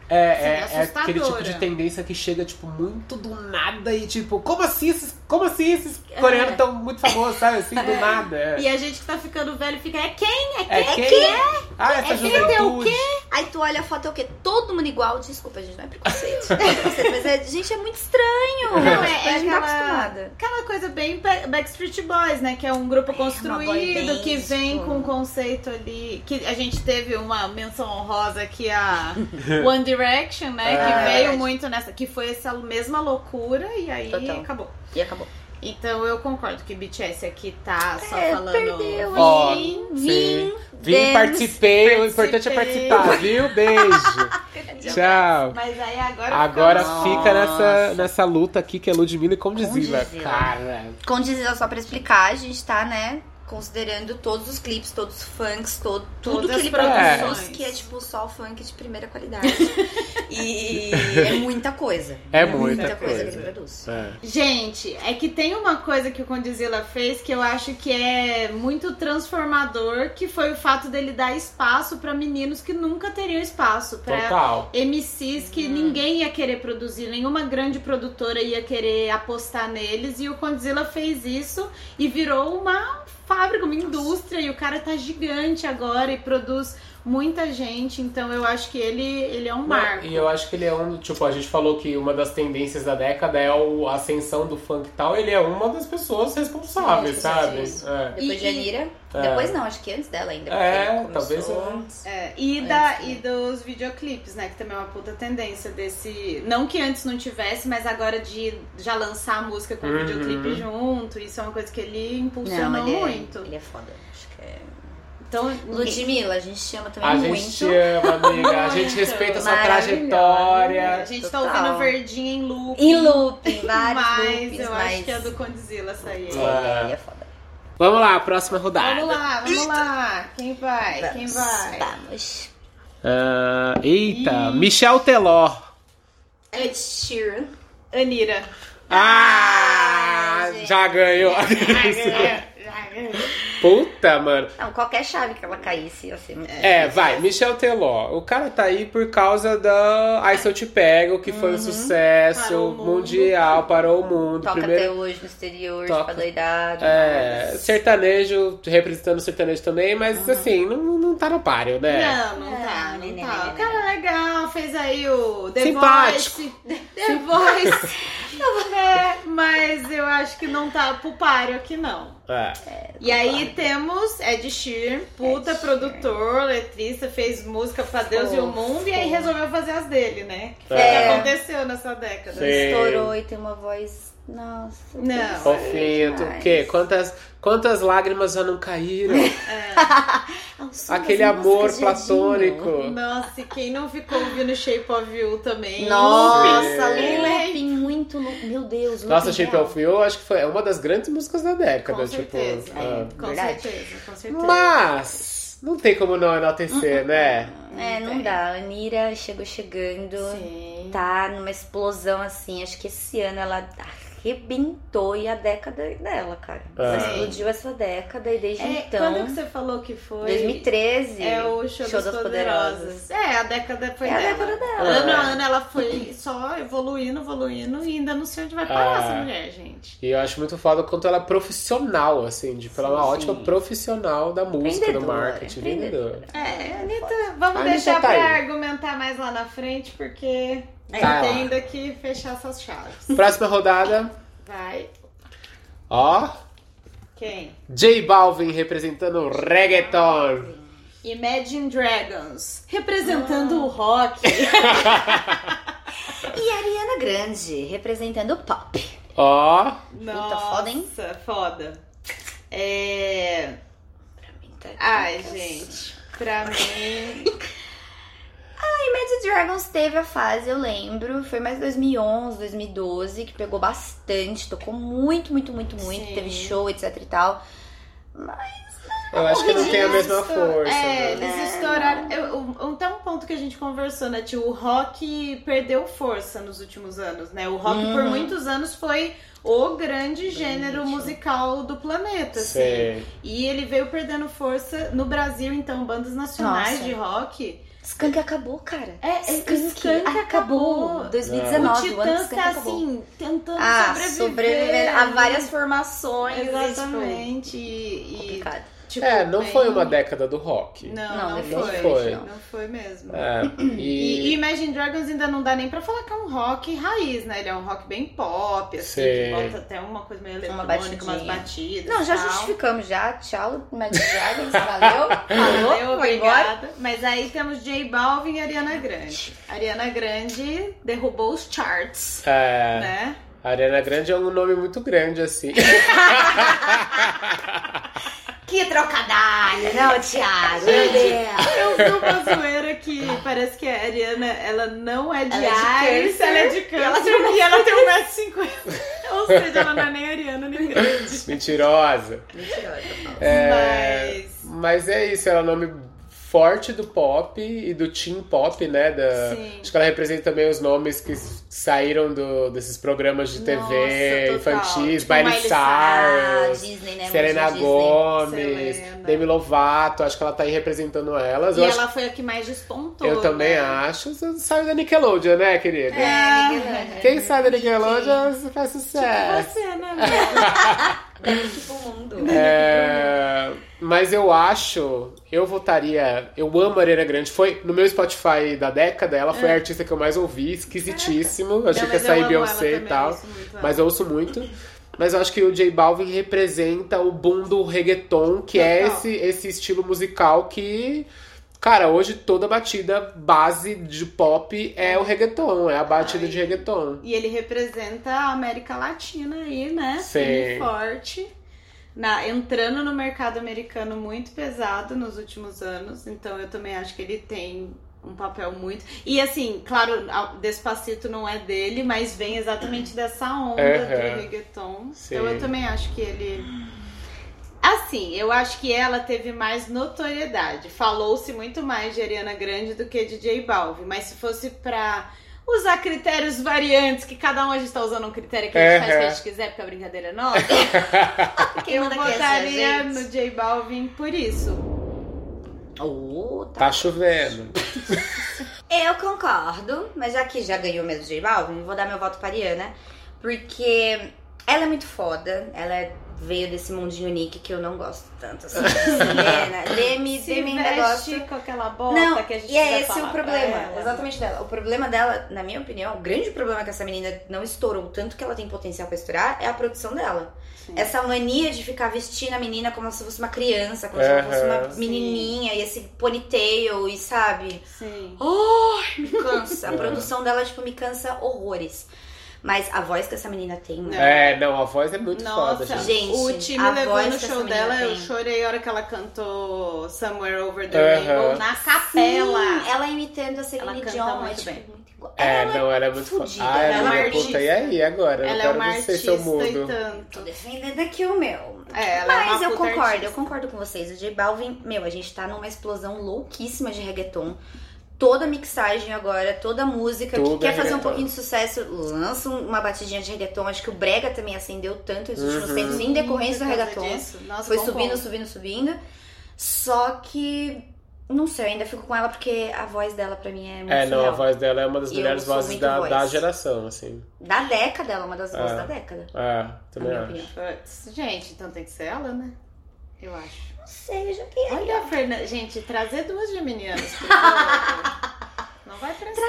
Speaker 1: É, é,
Speaker 2: Sim,
Speaker 1: é aquele tipo de
Speaker 2: assustadora.
Speaker 1: tendência que chega, tipo, muito do nada e, tipo, como assim esses, como assim esses coreanos
Speaker 2: É.
Speaker 1: tão muito famosos, sabe? Assim, do nada. É,
Speaker 2: E a gente que tá ficando velho fica, é quem?
Speaker 1: é quem? Ah, essa
Speaker 2: É quem?
Speaker 1: juventude.
Speaker 2: É o
Speaker 3: Aí tu olha a foto é o quê? Todo mundo igual. Desculpa, gente, não é preconceito. Não é preconceito, mas é, gente, é muito estranho.
Speaker 2: Não, é-
Speaker 3: Tipo,
Speaker 2: é
Speaker 3: a gente
Speaker 2: aquela-
Speaker 3: tá acostumada.
Speaker 2: Aquela coisa bem Ba- Backstreet Boys, né? Que é um grupo
Speaker 3: uma boy
Speaker 2: construído,
Speaker 3: band,
Speaker 2: que vem
Speaker 3: tipo.
Speaker 2: com um conceito ali. Que a gente teve uma menção honrosa aqui a One Direction, né?
Speaker 1: É.
Speaker 2: Que veio
Speaker 3: Verdade.
Speaker 2: muito nessa. Que foi essa mesma loucura e aí
Speaker 3: Total.
Speaker 2: acabou.
Speaker 3: E acabou.
Speaker 2: Então eu concordo que BTS aqui tá só
Speaker 3: É,
Speaker 2: falando.
Speaker 3: perdeu,
Speaker 1: Ó,
Speaker 3: hein?
Speaker 1: sim.
Speaker 3: Vim.
Speaker 1: Vim,
Speaker 3: Vemos,
Speaker 1: participei. O importante é
Speaker 2: participei.
Speaker 1: participar, viu? Beijo. Tchau.
Speaker 2: Mas aí agora.
Speaker 1: Agora
Speaker 2: ficamos-
Speaker 3: Nossa.
Speaker 1: fica nessa, nessa luta aqui que é Ludmilla e Condizila.
Speaker 3: Condizila.
Speaker 1: Cara.
Speaker 3: Condizida só pra explicar, a gente tá, né? Considerando todos os clipes, todos os funks, todo, tudo
Speaker 2: Todas
Speaker 3: que ele
Speaker 2: as
Speaker 3: produz,
Speaker 2: produções.
Speaker 3: que é tipo só o funk de primeira qualidade. e é muita coisa.
Speaker 1: É muita
Speaker 3: que
Speaker 1: coisa.
Speaker 3: ele produz.
Speaker 1: É.
Speaker 2: Gente, é que tem uma coisa que o Condizila fez que eu acho que é muito transformador, que foi o fato dele dar espaço pra meninos que nunca teriam espaço, pra
Speaker 1: Total.
Speaker 2: MCs que ninguém ia querer produzir, nenhuma grande produtora ia querer apostar neles e o Condizila fez isso e virou uma fábrica, uma indústria e o cara tá gigante agora e produz muita gente, então eu acho que ele ele é um marco.
Speaker 1: E eu acho que ele é um. Tipo, a gente falou que uma das tendências da década é o- a ascensão do funk e tal. Ele é uma das pessoas responsáveis,
Speaker 3: Sim,
Speaker 1: sabe?
Speaker 3: sim.
Speaker 1: É.
Speaker 3: Depois de
Speaker 2: E-
Speaker 3: Anira.
Speaker 1: É.
Speaker 3: Depois não, acho que antes dela ainda. porque
Speaker 1: É,
Speaker 3: ele
Speaker 1: talvez
Speaker 3: começou-
Speaker 1: antes.
Speaker 2: É, e,
Speaker 3: Antes,
Speaker 2: da,
Speaker 3: né?
Speaker 2: e dos videoclipes, né? Que também é uma puta tendência desse. Não que antes não tivesse, mas agora de já lançar a música com o
Speaker 1: Uhum.
Speaker 2: videoclipe junto, isso é uma coisa que ele impulsionou
Speaker 3: Não, ele
Speaker 2: muito.
Speaker 3: É, ele é foda. Acho que é.
Speaker 2: Então,
Speaker 3: Ludmilla, a gente chama também
Speaker 1: A
Speaker 3: muito.
Speaker 1: gente te ama, amiga. A gente
Speaker 2: Muito.
Speaker 1: respeita a sua
Speaker 3: Maravilhosa.
Speaker 1: trajetória.
Speaker 2: a gente
Speaker 3: Total.
Speaker 2: tá ouvindo verdinha em loop.
Speaker 3: E looping, vários
Speaker 2: mas
Speaker 3: loopings,
Speaker 2: eu
Speaker 3: mas...
Speaker 2: acho que é do Condizila essa aí.
Speaker 3: É,
Speaker 1: Ah.
Speaker 3: ele é foda.
Speaker 1: Vamos lá, próxima rodada.
Speaker 2: Vamos lá, vamos lá. Quem vai? Quem
Speaker 3: Vamos,
Speaker 2: vai?
Speaker 3: Vamos.
Speaker 1: Ah, eita,
Speaker 2: Ih.
Speaker 1: Michel Teló.
Speaker 3: Ed Sheeran.
Speaker 2: Anira.
Speaker 1: Ah,
Speaker 3: Ah, gente.
Speaker 1: já ganhou. Puta, mano.
Speaker 3: Não, qualquer chave que ela caísse, ia ser muito...
Speaker 1: É, vai, Michel Teló. O cara tá aí por causa da Ai Se Eu Te Pego, que foi um
Speaker 2: Uhum. Parou
Speaker 1: sucesso
Speaker 2: o mundo.
Speaker 1: mundial, parou o mundo.
Speaker 3: Toca até
Speaker 1: Primeiro,
Speaker 3: hoje no exterior,
Speaker 1: Toca.
Speaker 3: tá doidado.
Speaker 1: é,
Speaker 3: mas-
Speaker 1: sertanejo, representando o sertanejo também,
Speaker 2: Uhum.
Speaker 1: mas assim, não, não tá no páreo, né?
Speaker 2: Não, não tá, não
Speaker 3: Não, não,
Speaker 2: tá.
Speaker 3: não,
Speaker 2: O cara é legal, fez aí o The
Speaker 1: Simpático.
Speaker 2: Voice. The Voice. é, mas eu acho que não tá pro páreo aqui, não.
Speaker 1: É.
Speaker 2: E aí temos Ed Sheeran, puta
Speaker 3: Ed Sheeran.
Speaker 2: produtor, letrista, fez música pra Deus e o
Speaker 3: Fofo.
Speaker 2: mundo, e aí resolveu fazer as dele, né? Que foi o
Speaker 1: É.
Speaker 2: que aconteceu nessa década.
Speaker 1: Sim.
Speaker 3: Estourou e tem uma voz Nossa.
Speaker 2: Não.
Speaker 3: eu pensei
Speaker 1: Fofinho, tu- o
Speaker 3: demais.
Speaker 1: quê? Quantas, quantas lágrimas já não caíram?
Speaker 2: É.
Speaker 3: Ao Ah, som
Speaker 1: Aquele
Speaker 3: das
Speaker 1: amor
Speaker 3: músicas de Dino.
Speaker 1: platônico.
Speaker 2: Nossa, e quem não ficou ouvindo Shape of You também?
Speaker 3: Nossa,
Speaker 2: Quem lembra?
Speaker 3: Lupin, muito Lupin. Meu Deus, Lupin.
Speaker 1: Nossa, Shape
Speaker 3: real.
Speaker 1: of You, eu acho que foi é uma das grandes músicas da década,
Speaker 2: Com
Speaker 1: tipo.
Speaker 2: certeza. é,
Speaker 1: ah.
Speaker 2: Com
Speaker 3: Verdade.
Speaker 2: certeza, com certeza. Uh,
Speaker 1: Mas não tem como não enaltecer, né?
Speaker 3: É, não dá. A Anira chegou chegando.
Speaker 2: Sim.
Speaker 3: Tá numa explosão assim. Acho que esse ano ela arrebentou e a década dela, cara. Ela
Speaker 1: Sim.
Speaker 3: explodiu essa década e desde
Speaker 2: É, quando que
Speaker 3: então.
Speaker 2: você falou que foi?
Speaker 3: 2013.
Speaker 2: É o Show, das, Poderosas. É, a década foi
Speaker 3: É a
Speaker 2: dela.
Speaker 3: década dela.
Speaker 2: Ano a ano ela foi só evoluindo, evoluindo e ainda não sei onde vai parar
Speaker 1: Ah.
Speaker 2: essa mulher, gente.
Speaker 1: E eu acho muito foda o quanto ela é profissional, assim, tipo, ela é uma
Speaker 3: Sim,
Speaker 1: ótima
Speaker 3: sim.
Speaker 1: profissional da música, do
Speaker 3: Empreendedora,
Speaker 1: marketing, vendedora.
Speaker 3: empreendedora.
Speaker 2: É, Anitta, vamos
Speaker 1: A Anitta
Speaker 2: deixar
Speaker 1: tá
Speaker 2: pra
Speaker 1: aí.
Speaker 2: argumentar mais lá na frente, porque
Speaker 1: Tá.
Speaker 2: tem ainda que fechar essas chaves.
Speaker 1: Próxima rodada,
Speaker 2: Vai.
Speaker 1: ó.
Speaker 2: Quem?
Speaker 1: J Balvin representando o reggaeton.
Speaker 2: Imagine Dragons, representando o rock.
Speaker 3: E a Ariana Grande, representando o pop.
Speaker 1: Ó.
Speaker 2: Nossa,
Speaker 3: foda, hein?
Speaker 2: foda. É...
Speaker 3: Pra mim tá
Speaker 2: Ai,
Speaker 3: complicado.
Speaker 2: gente, pra mim...
Speaker 3: Imagine Dragons teve a fase, eu lembro, foi mais 2011, 2012, que pegou bastante, tocou muito, muito, muito, muito,
Speaker 2: Sim.
Speaker 3: teve show, etc e tal.
Speaker 1: Eu acho que não
Speaker 2: Eles
Speaker 1: tem a mesma
Speaker 2: estou-
Speaker 1: força.
Speaker 2: É,
Speaker 1: né?
Speaker 2: eles estouraram. Eu, um- até um ponto que a gente conversou, né, tio? O rock perdeu força nos últimos anos, né? O rock, por
Speaker 3: Uhum.
Speaker 2: muitos anos, foi o grande gênero musical do planeta, assim.
Speaker 1: Sei.
Speaker 2: E ele veio perdendo força no Brasil, então, bandas nacionais
Speaker 3: Nossa.
Speaker 2: de rock.
Speaker 3: Skank acabou, cara.
Speaker 2: É, é,
Speaker 3: Skank,
Speaker 2: Skank
Speaker 3: acabou.
Speaker 2: acabou. o
Speaker 3: 2019, o, ano que
Speaker 2: Titãs
Speaker 3: Skank
Speaker 2: tá,
Speaker 3: acabou.
Speaker 2: assim, tentando
Speaker 3: ah,
Speaker 2: sobreviver.
Speaker 3: sobrevivendo a várias formações. e, tipo,
Speaker 2: Exatamente. E, e,
Speaker 3: complicado.
Speaker 2: tipo,
Speaker 1: É, não foi
Speaker 2: bem-
Speaker 1: uma década do rock.
Speaker 2: Não,
Speaker 3: Não,
Speaker 2: não,
Speaker 3: definitivamente
Speaker 2: foi.
Speaker 3: não.
Speaker 2: Não foi mesmo.
Speaker 1: É,
Speaker 2: E,
Speaker 1: e,
Speaker 2: e Imagine Dragons ainda não dá nem pra falar que é um rock raiz, né? Ele é um rock bem pop, assim, que
Speaker 1: Sim.
Speaker 2: bota até uma coisa meio
Speaker 3: Uma
Speaker 2: eletrônica, umas
Speaker 3: batidinha.
Speaker 2: batidas.
Speaker 3: Não, já
Speaker 2: tal.
Speaker 3: justificamos, já. Tchau, Imagine Dragons, valeu. Falou,
Speaker 2: Valeu,
Speaker 3: foi embora.
Speaker 2: obrigada. Mas aí temos J Balvin e Ariana Grande. Ariana Grande derrubou os charts,
Speaker 1: é,
Speaker 2: né?
Speaker 1: a Ariana Grande é um nome muito grande, assim.
Speaker 3: Que trocadalho, não, Thiago? Meu Deus.
Speaker 2: Eu vi uma zoeira que parece que a Ariana, ela não é de
Speaker 3: Ela é de
Speaker 2: Ares,
Speaker 3: câncer.
Speaker 2: ela é de câncer,
Speaker 3: ela tem um
Speaker 2: e ela tem 1,50m. Ou seja, ela não é nem Ariana, nem grande.
Speaker 1: Mentirosa. É,
Speaker 2: Mas...
Speaker 1: Mas é isso, ela é um nome forte do pop e do teen pop, né? Da,
Speaker 2: Sim.
Speaker 1: Acho que ela representa também os nomes que s- saíram do- desses programas de TV
Speaker 2: Nossa, total.
Speaker 1: infantis,
Speaker 2: Tipo,
Speaker 1: Baile
Speaker 2: Miley
Speaker 3: Ah,
Speaker 1: Cyrus,
Speaker 3: Disney, né?
Speaker 1: Serena
Speaker 3: Disney.
Speaker 1: Gomes,
Speaker 2: Selena.
Speaker 1: Demi Lovato, acho que ela tá aí representando elas.
Speaker 2: E
Speaker 1: eu,
Speaker 2: ela
Speaker 1: acho-
Speaker 2: foi a que mais despontou.
Speaker 1: eu também
Speaker 2: né?
Speaker 1: acho. Você Saiu da Nickelodeon, né, querida?
Speaker 2: É,
Speaker 3: Miguelândia.
Speaker 1: Quem sai da Nickelodeon faz sucesso.
Speaker 2: Você, né? amiga?
Speaker 3: Daqui pro mundo.
Speaker 1: É, mas eu acho, eu votaria. Eu amo a Ariana Grande. Foi no meu Spotify da década, ela foi a artista que eu mais ouvi, esquisitíssimo. Eu achei
Speaker 2: É. Não,
Speaker 1: que ia
Speaker 2: mas eu
Speaker 1: sair
Speaker 2: amo ela
Speaker 1: Beyoncé e
Speaker 2: também, eu
Speaker 1: tal.
Speaker 2: ouço muito ela.
Speaker 1: Mas eu ouço muito. Mas eu acho que o J Balvin representa o boom do reggaeton, que é
Speaker 2: Total.
Speaker 1: esse, esse estilo musical que. Cara, hoje toda batida base de pop é o reggaeton, é a batida
Speaker 2: Ai.
Speaker 1: de reggaeton.
Speaker 2: E ele representa a América Latina aí, né?
Speaker 1: Sim.
Speaker 2: Firme e forte. Na, entrando no mercado americano muito pesado nos últimos anos. Então eu também acho que ele tem um papel muito. E assim, claro, a- Despacito não é dele, mas vem exatamente dessa onda
Speaker 1: Aham.
Speaker 2: do reggaeton.
Speaker 1: Sim.
Speaker 2: Então eu também acho que ele. Assim, eu acho que ela teve mais notoriedade. Falou-se muito mais de Ariana Grande do que de J Balvin. Mas se fosse pra usar critérios variantes, que cada um a gente tá usando um critério que a
Speaker 1: É,
Speaker 2: gente faz o que a
Speaker 1: é.
Speaker 2: gente quiser, porque a brincadeira é nossa.
Speaker 3: Quem
Speaker 2: eu
Speaker 3: manda aqui é essa
Speaker 2: votaria
Speaker 3: gente?
Speaker 2: no J Balvin por isso.
Speaker 3: Oh, tá.
Speaker 1: Tá chovendo.
Speaker 3: Eu concordo, mas já que já ganhou mesmo o J Balvin, vou dar meu voto pra Ariana. Porque ela é muito foda, ela é, veio desse mundinho nick que eu não gosto tanto assim. Selena, Demi,
Speaker 2: Se
Speaker 3: Demi ainda gosta.
Speaker 2: veste com aquela bota
Speaker 3: Não,
Speaker 2: que a gente
Speaker 3: e é
Speaker 2: quiser
Speaker 3: esse
Speaker 2: falar
Speaker 3: o
Speaker 2: pra
Speaker 3: problema,
Speaker 2: ela.
Speaker 3: exatamente dela. O problema dela, na minha opinião, o grande problema que essa menina não estourou, tanto que ela tem potencial pra estourar, é a produção dela.
Speaker 2: Sim.
Speaker 3: Essa mania de ficar vestindo a menina como se fosse uma criança, como se ela fosse
Speaker 1: Aham.
Speaker 3: uma menininha, e esse ponytail, e sabe?
Speaker 2: Sim.
Speaker 3: Me cansa. A produção dela, tipo, me cansa horrores. Mas a voz que essa menina tem, mano.
Speaker 1: É, não, a voz é muito foda,
Speaker 2: Nossa,
Speaker 1: gente.
Speaker 3: gente.
Speaker 2: o
Speaker 3: Gente,
Speaker 2: time
Speaker 3: a
Speaker 2: levou
Speaker 3: voz
Speaker 2: no
Speaker 3: que
Speaker 2: show
Speaker 3: essa
Speaker 2: dela,
Speaker 3: menina
Speaker 2: eu
Speaker 3: tem.
Speaker 2: chorei a hora que ela cantou Somewhere Over the
Speaker 1: Aham.
Speaker 2: Rainbow na capela.
Speaker 3: Sim, ela imitando a Celine
Speaker 2: canta
Speaker 3: Dion,
Speaker 2: muito
Speaker 3: é tipo,
Speaker 2: bem.
Speaker 3: muito igual.
Speaker 1: É,
Speaker 3: Ela
Speaker 1: não, ela é muito foda.
Speaker 3: fodida,
Speaker 1: Ah,
Speaker 2: ela é uma
Speaker 1: é puta,
Speaker 2: artista.
Speaker 1: e aí agora?
Speaker 2: Ela
Speaker 1: eu
Speaker 2: é
Speaker 1: quero
Speaker 2: uma
Speaker 1: você,
Speaker 2: artista
Speaker 1: seu
Speaker 2: e
Speaker 1: mundo.
Speaker 3: Tô
Speaker 2: tanto.
Speaker 3: defendendo aqui o meu.
Speaker 2: É, ela é
Speaker 3: Mas
Speaker 2: uma
Speaker 3: eu
Speaker 2: puta
Speaker 3: concordo,
Speaker 2: artista.
Speaker 3: eu concordo com vocês. O J Balvin, meu, a gente tá numa explosão louquíssima de reggaeton. Toda mixagem agora, toda música
Speaker 1: Tudo
Speaker 3: que quer
Speaker 1: é
Speaker 3: fazer um
Speaker 1: reggaeton.
Speaker 3: pouquinho de sucesso, lança um- uma batidinha de reggaeton. Acho que o Brega também acendeu tanto nos últimos
Speaker 1: Uhum.
Speaker 3: tempos, em decorrência do
Speaker 2: Por causa
Speaker 3: reggaeton.
Speaker 2: disso. Nossa,
Speaker 3: Foi
Speaker 2: bom
Speaker 3: subindo,
Speaker 2: ponto.
Speaker 3: subindo, subindo. Só que, não sei, eu ainda fico com ela porque a voz dela pra mim é muito
Speaker 1: É, não, a
Speaker 3: surreal.
Speaker 1: voz dela é uma das
Speaker 3: Eu
Speaker 1: melhores
Speaker 3: sou
Speaker 1: vozes
Speaker 3: muito
Speaker 1: da,
Speaker 3: voz.
Speaker 1: da geração, assim.
Speaker 3: Da década, ela é uma das vozes
Speaker 1: É.
Speaker 3: da década.
Speaker 1: Ah,
Speaker 3: na
Speaker 1: também
Speaker 3: minha
Speaker 1: acho.
Speaker 3: opinião.
Speaker 2: Puts, Gente, então tem que ser ela, né? Eu acho.
Speaker 3: Não sei, eu joguei.
Speaker 2: Olha, Fernanda. Gente, trazer duas geminianas. por favor. Não vai prestar.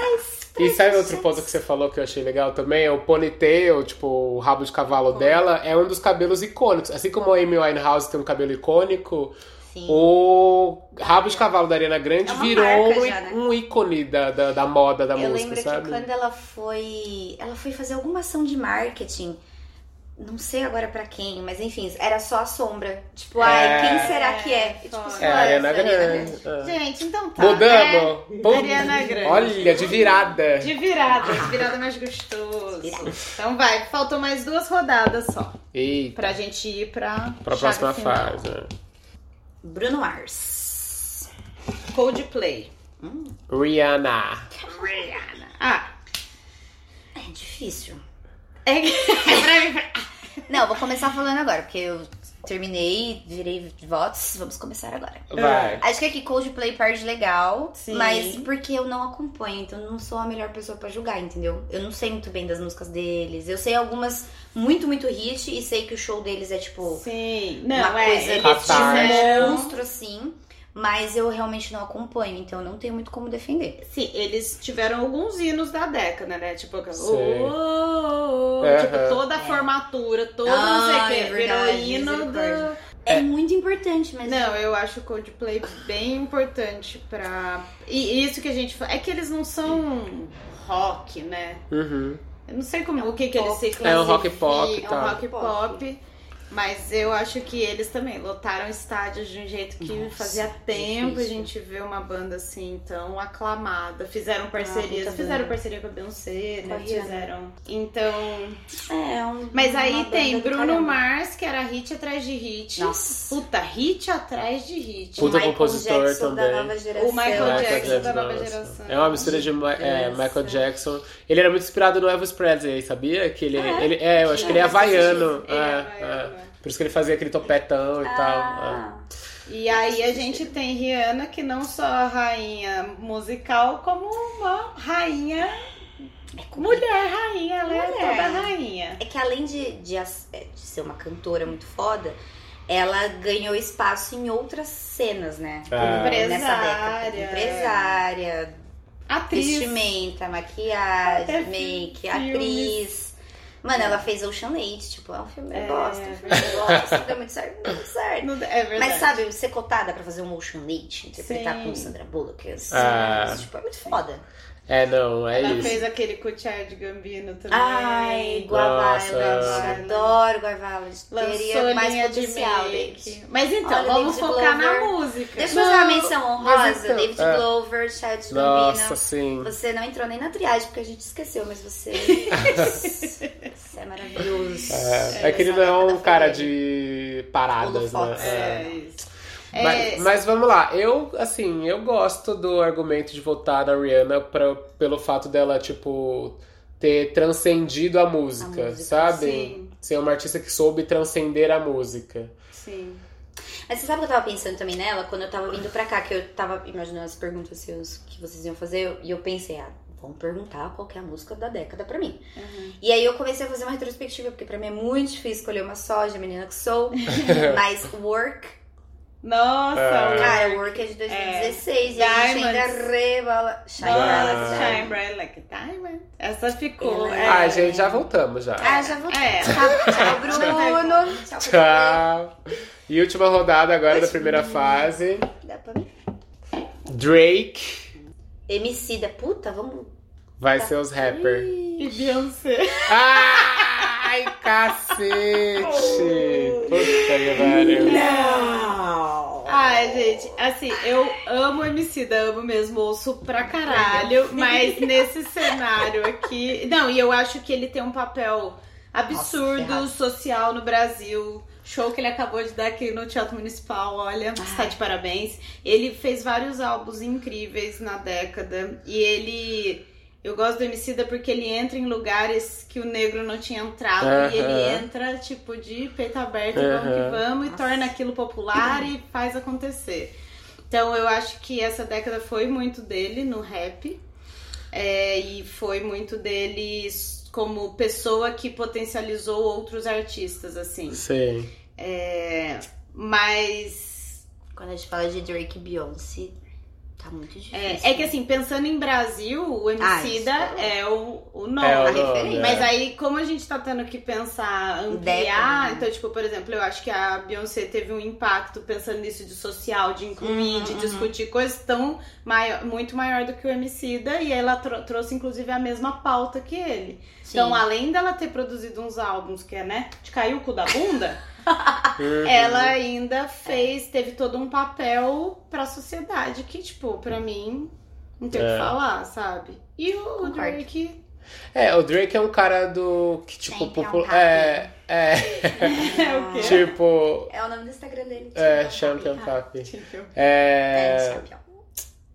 Speaker 1: E sabe outro ponto que você falou que eu achei legal também? É o ponytail, tipo, o rabo de cavalo dela, é um dos cabelos icônicos. Assim como a Amy Winehouse tem um cabelo icônico,
Speaker 3: Sim.
Speaker 1: o rabo de cavalo da Ariana Grande
Speaker 3: É uma
Speaker 1: virou
Speaker 3: marca
Speaker 1: um,
Speaker 3: já, né?
Speaker 1: um ícone da, da, da moda da
Speaker 3: eu
Speaker 1: música,
Speaker 3: lembro
Speaker 1: sabe?
Speaker 3: que quando ela foi. Ela foi fazer alguma ação de marketing. Não sei agora pra quem, mas enfim, era só a sombra. Tipo, ai,
Speaker 1: É.
Speaker 3: quem será que é? E, tipo,
Speaker 1: É, a
Speaker 2: É,
Speaker 3: só essa,
Speaker 1: Ariana
Speaker 3: Ariana
Speaker 1: Grande. é.
Speaker 2: Gente, então tá. né?
Speaker 1: Mudamos! Pum.
Speaker 2: Ariana Grande.
Speaker 1: Olha, de virada.
Speaker 2: De virada, de virada mais gostoso. Então vai, faltam mais duas rodadas só.
Speaker 1: Eita,
Speaker 2: Pra gente ir pra.
Speaker 1: pra
Speaker 2: chave
Speaker 1: próxima
Speaker 2: final.
Speaker 1: fase. né?
Speaker 3: Bruno Mars.
Speaker 2: Coldplay.
Speaker 1: Rihanna.
Speaker 3: Rihanna.
Speaker 2: Ah,
Speaker 3: É difícil.
Speaker 2: é pra mim.
Speaker 3: Não, vou começar falando agora, porque eu terminei, virei votos. Vamos começar agora.
Speaker 2: É.
Speaker 1: Vai.
Speaker 3: Acho que aqui Coldplay perde legal,
Speaker 2: Sim.
Speaker 3: mas porque eu não acompanho, então eu não sou a melhor pessoa pra julgar, entendeu? Eu não sei muito bem das músicas deles. Eu sei algumas muito, muito hit e sei que o show deles é tipo
Speaker 2: Sim.
Speaker 3: uma
Speaker 2: Não, é.
Speaker 3: coisa
Speaker 2: eles
Speaker 1: Catarse.
Speaker 3: um
Speaker 2: fizeram-
Speaker 3: monstro assim, mas eu realmente não acompanho, então eu não tenho muito como defender.
Speaker 2: Sim, eles tiveram alguns hinos da década, né? Tipo, aquela-
Speaker 1: Sim.
Speaker 2: "Oh, oh, oh",
Speaker 1: Aham.
Speaker 2: tipo toda a
Speaker 3: É.
Speaker 2: formatura, todo
Speaker 3: Ah,
Speaker 2: não sei o
Speaker 3: é
Speaker 2: que,
Speaker 3: verdade,
Speaker 2: virou hino
Speaker 3: misericórdia.
Speaker 2: do...
Speaker 3: É, muito importante, mas
Speaker 2: Não, eu acho o Coldplay bem importante pra... E isso que a gente... fa- É que eles não são rock, né?
Speaker 1: Uhum.
Speaker 2: Eu não sei como, o que que eles se classificam.
Speaker 1: É um rock pop e
Speaker 2: É um
Speaker 1: tal.
Speaker 2: rock pop. Mas eu acho que eles também lotaram estádios de um jeito que
Speaker 3: Nossa,
Speaker 1: é
Speaker 2: fazia tempo a
Speaker 3: difícil.
Speaker 2: gente vê uma banda assim tão aclamada. Fizeram parcerias,
Speaker 3: Ah, muita
Speaker 2: fizeram
Speaker 3: banda.
Speaker 2: parceria com a Beyoncé, né?
Speaker 3: Com a Rihanna.
Speaker 2: Fizeram. Então.
Speaker 3: é um,
Speaker 2: Mas
Speaker 3: uma
Speaker 2: aí
Speaker 3: banda
Speaker 2: tem
Speaker 3: do
Speaker 2: Bruno
Speaker 3: caramba.
Speaker 2: Mars, que era hit atrás de hit.
Speaker 3: Nossa.
Speaker 2: Puta, hit atrás de hit.
Speaker 1: Puta
Speaker 3: Michael
Speaker 1: compositor
Speaker 3: Jackson da
Speaker 1: também.
Speaker 3: nova geração.
Speaker 2: É O Michael
Speaker 1: Michael
Speaker 2: Jackson da nova
Speaker 1: nossa.
Speaker 2: geração.
Speaker 1: É uma mistura de Ma- é,
Speaker 3: Nossa.
Speaker 1: Michael Jackson. Ele era muito inspirado no Elvis Presley, sabia? Que ele,
Speaker 3: Ah, é?
Speaker 1: ele, é eu acho que ele é
Speaker 3: Não, mas
Speaker 1: havaiano.
Speaker 2: Ele
Speaker 1: é,
Speaker 2: havaiano,
Speaker 1: é.
Speaker 2: é.
Speaker 1: Por isso que ele fazia aquele topetão e tal. é.
Speaker 3: Ah,
Speaker 2: E aí a gente tem Rihanna, que não só é rainha musical, como uma rainha.
Speaker 1: é.
Speaker 2: Mulher rainha, ela é
Speaker 3: Mulher.
Speaker 2: toda rainha.
Speaker 3: É que além de, de as- é, de ser uma cantora muito foda, ela ganhou espaço em outras cenas, né?
Speaker 1: É.
Speaker 3: Nessa década.
Speaker 2: Empresária.
Speaker 3: Empresária,
Speaker 2: Atriz.
Speaker 3: vestimenta,
Speaker 2: Até
Speaker 3: maquiagem, make,
Speaker 2: filmes.
Speaker 3: atriz. Mano, ela fez Ocean Eight, tipo, é um filme
Speaker 2: É.
Speaker 3: eu gosto, é um filme eu gosto, não deu muito certo, não deu certo.
Speaker 2: Não- É verdade.
Speaker 3: Mas sabe, ser cotada pra fazer um Ocean Eight, interpretar
Speaker 2: Sim.
Speaker 3: como Sandra Bullock, assim,
Speaker 1: Ah.
Speaker 3: isso, tipo, é muito foda.
Speaker 1: É, não, é
Speaker 2: ela
Speaker 1: isso.
Speaker 2: fez aquele com o Chad Gambino também.
Speaker 3: Ai,
Speaker 1: Nossa.
Speaker 3: Guavá, adoro Guavá, teria
Speaker 2: Lançou
Speaker 3: mais
Speaker 2: linha de
Speaker 3: potencial
Speaker 2: make. Mas então,
Speaker 3: Olha,
Speaker 2: vamos
Speaker 3: David
Speaker 2: focar
Speaker 3: Glover.
Speaker 2: na música.
Speaker 3: Deixa eu fazer uma
Speaker 1: Não,
Speaker 3: menção
Speaker 1: mas
Speaker 3: honrosa.
Speaker 1: então-
Speaker 3: David
Speaker 1: é.
Speaker 3: Glover, Childish
Speaker 1: Nossa,
Speaker 3: Gambino.
Speaker 1: sim.
Speaker 3: Você não entrou nem na triagem, porque a gente esqueceu, mas você... você é maravilhoso.
Speaker 1: É, é que ele
Speaker 3: Essa
Speaker 1: não é um
Speaker 3: década
Speaker 1: cara
Speaker 3: foi-
Speaker 1: de paradas, né?
Speaker 3: Holofotes.
Speaker 1: É.
Speaker 2: É, isso. É,
Speaker 1: Mas, mas vamos lá, eu, assim, eu gosto do argumento de votar na Rihanna pra, pelo fato dela, tipo, ter transcendido a música,
Speaker 3: A música,
Speaker 2: É
Speaker 1: sabe?
Speaker 2: sim.
Speaker 1: Ser uma artista que soube transcender a música.
Speaker 2: Sim.
Speaker 3: Mas você sabe que eu tava pensando também nela? Quando eu tava vindo pra cá, que eu tava imaginando as perguntas seus, que vocês iam fazer. E eu pensei, ah, vão perguntar qual que é a música da década pra mim.
Speaker 2: Uhum.
Speaker 3: E aí eu comecei a fazer uma retrospectiva, porque pra mim é muito difícil escolher uma só, de menina que sou. mas Work
Speaker 2: Nossa,
Speaker 1: É.
Speaker 2: Laura.
Speaker 3: Cara, o Work é de 2016 e a gente
Speaker 2: Diamonds.
Speaker 3: ainda rebala. Shine
Speaker 1: Diamonds.
Speaker 2: Nossa,
Speaker 3: Bright
Speaker 2: Shine
Speaker 3: Light.
Speaker 2: Bright Like a Diamond. Essa ficou.
Speaker 3: Ela
Speaker 2: é.
Speaker 3: é-
Speaker 1: Ai, gente, já voltamos já.
Speaker 3: Ah, já vou.
Speaker 2: É.
Speaker 3: Tchau, tchau, Bruno. Tchau, Tchau.
Speaker 1: Tchau. E última rodada agora da primeira fase.
Speaker 3: Dá pra mim?
Speaker 1: Drake.
Speaker 3: MC da puta, vamos
Speaker 1: Vai ser os rappers.
Speaker 2: E Beyoncé.
Speaker 1: Ai, cacete! Puta que pariu.
Speaker 4: Não!
Speaker 3: Ah.
Speaker 2: Ai, gente, assim, eu amo MC da, amo mesmo, ouço pra caralho, mas nesse cenário aqui. Não, e eu acho que ele tem um papel absurdo
Speaker 4: ferrado.
Speaker 2: social no Brasil. Show que ele acabou de dar aqui no Teatro Municipal, olha, está de parabéns. Ele fez vários álbuns incríveis na década e ele. Eu gosto do Emicida porque ele entra em lugares que o negro não tinha entrado e ele
Speaker 1: Aham.
Speaker 2: entra tipo de peito aberto, vamos que
Speaker 1: Aham.
Speaker 2: vamos, e
Speaker 4: Nossa.
Speaker 2: torna aquilo popular e faz acontecer. Então eu acho que essa década foi muito dele no rap. é, e foi muito dele como pessoa que potencializou outros artistas, assim.
Speaker 1: Sim.
Speaker 2: É, mas.
Speaker 3: Quando a gente fala de Drake e Beyoncé, tá muito difícil.
Speaker 2: É, é que assim, pensando em Brasil, o Emicida
Speaker 3: Ah, isso.
Speaker 2: é o, o nome.
Speaker 1: É o
Speaker 3: referência.
Speaker 1: nome,
Speaker 2: Mas
Speaker 1: é.
Speaker 2: aí, como a gente tá tendo que pensar, ampliar,
Speaker 3: Década, né?
Speaker 2: então, tipo, por exemplo, eu acho que a Beyoncé teve um impacto pensando nisso de social, de incluir,
Speaker 3: Uhum,
Speaker 2: um de
Speaker 3: uhum.
Speaker 2: discutir coisas tão maior, muito maior do que o Emicida, e ela tro- trouxe, inclusive, a mesma pauta que ele.
Speaker 3: Sim.
Speaker 2: Então, além dela ter produzido uns álbuns que é, né, de cair o cu da bunda,
Speaker 1: Uhum.
Speaker 2: ela ainda fez, teve todo um papel pra sociedade, que, tipo, pra mim, não tem o que
Speaker 1: É.
Speaker 2: falar, sabe? E o
Speaker 3: Concordo.
Speaker 2: Drake...
Speaker 1: É, o Drake é um cara do. que tipo.
Speaker 3: Sempre é um
Speaker 1: popu-
Speaker 3: cara.
Speaker 1: é, é,
Speaker 2: É o quê?
Speaker 1: Tipo.
Speaker 3: É o nome do Instagram dele.
Speaker 1: É,
Speaker 3: Champion
Speaker 1: Champion Cup.
Speaker 2: Tipo,
Speaker 3: É,
Speaker 1: É.
Speaker 3: Champion.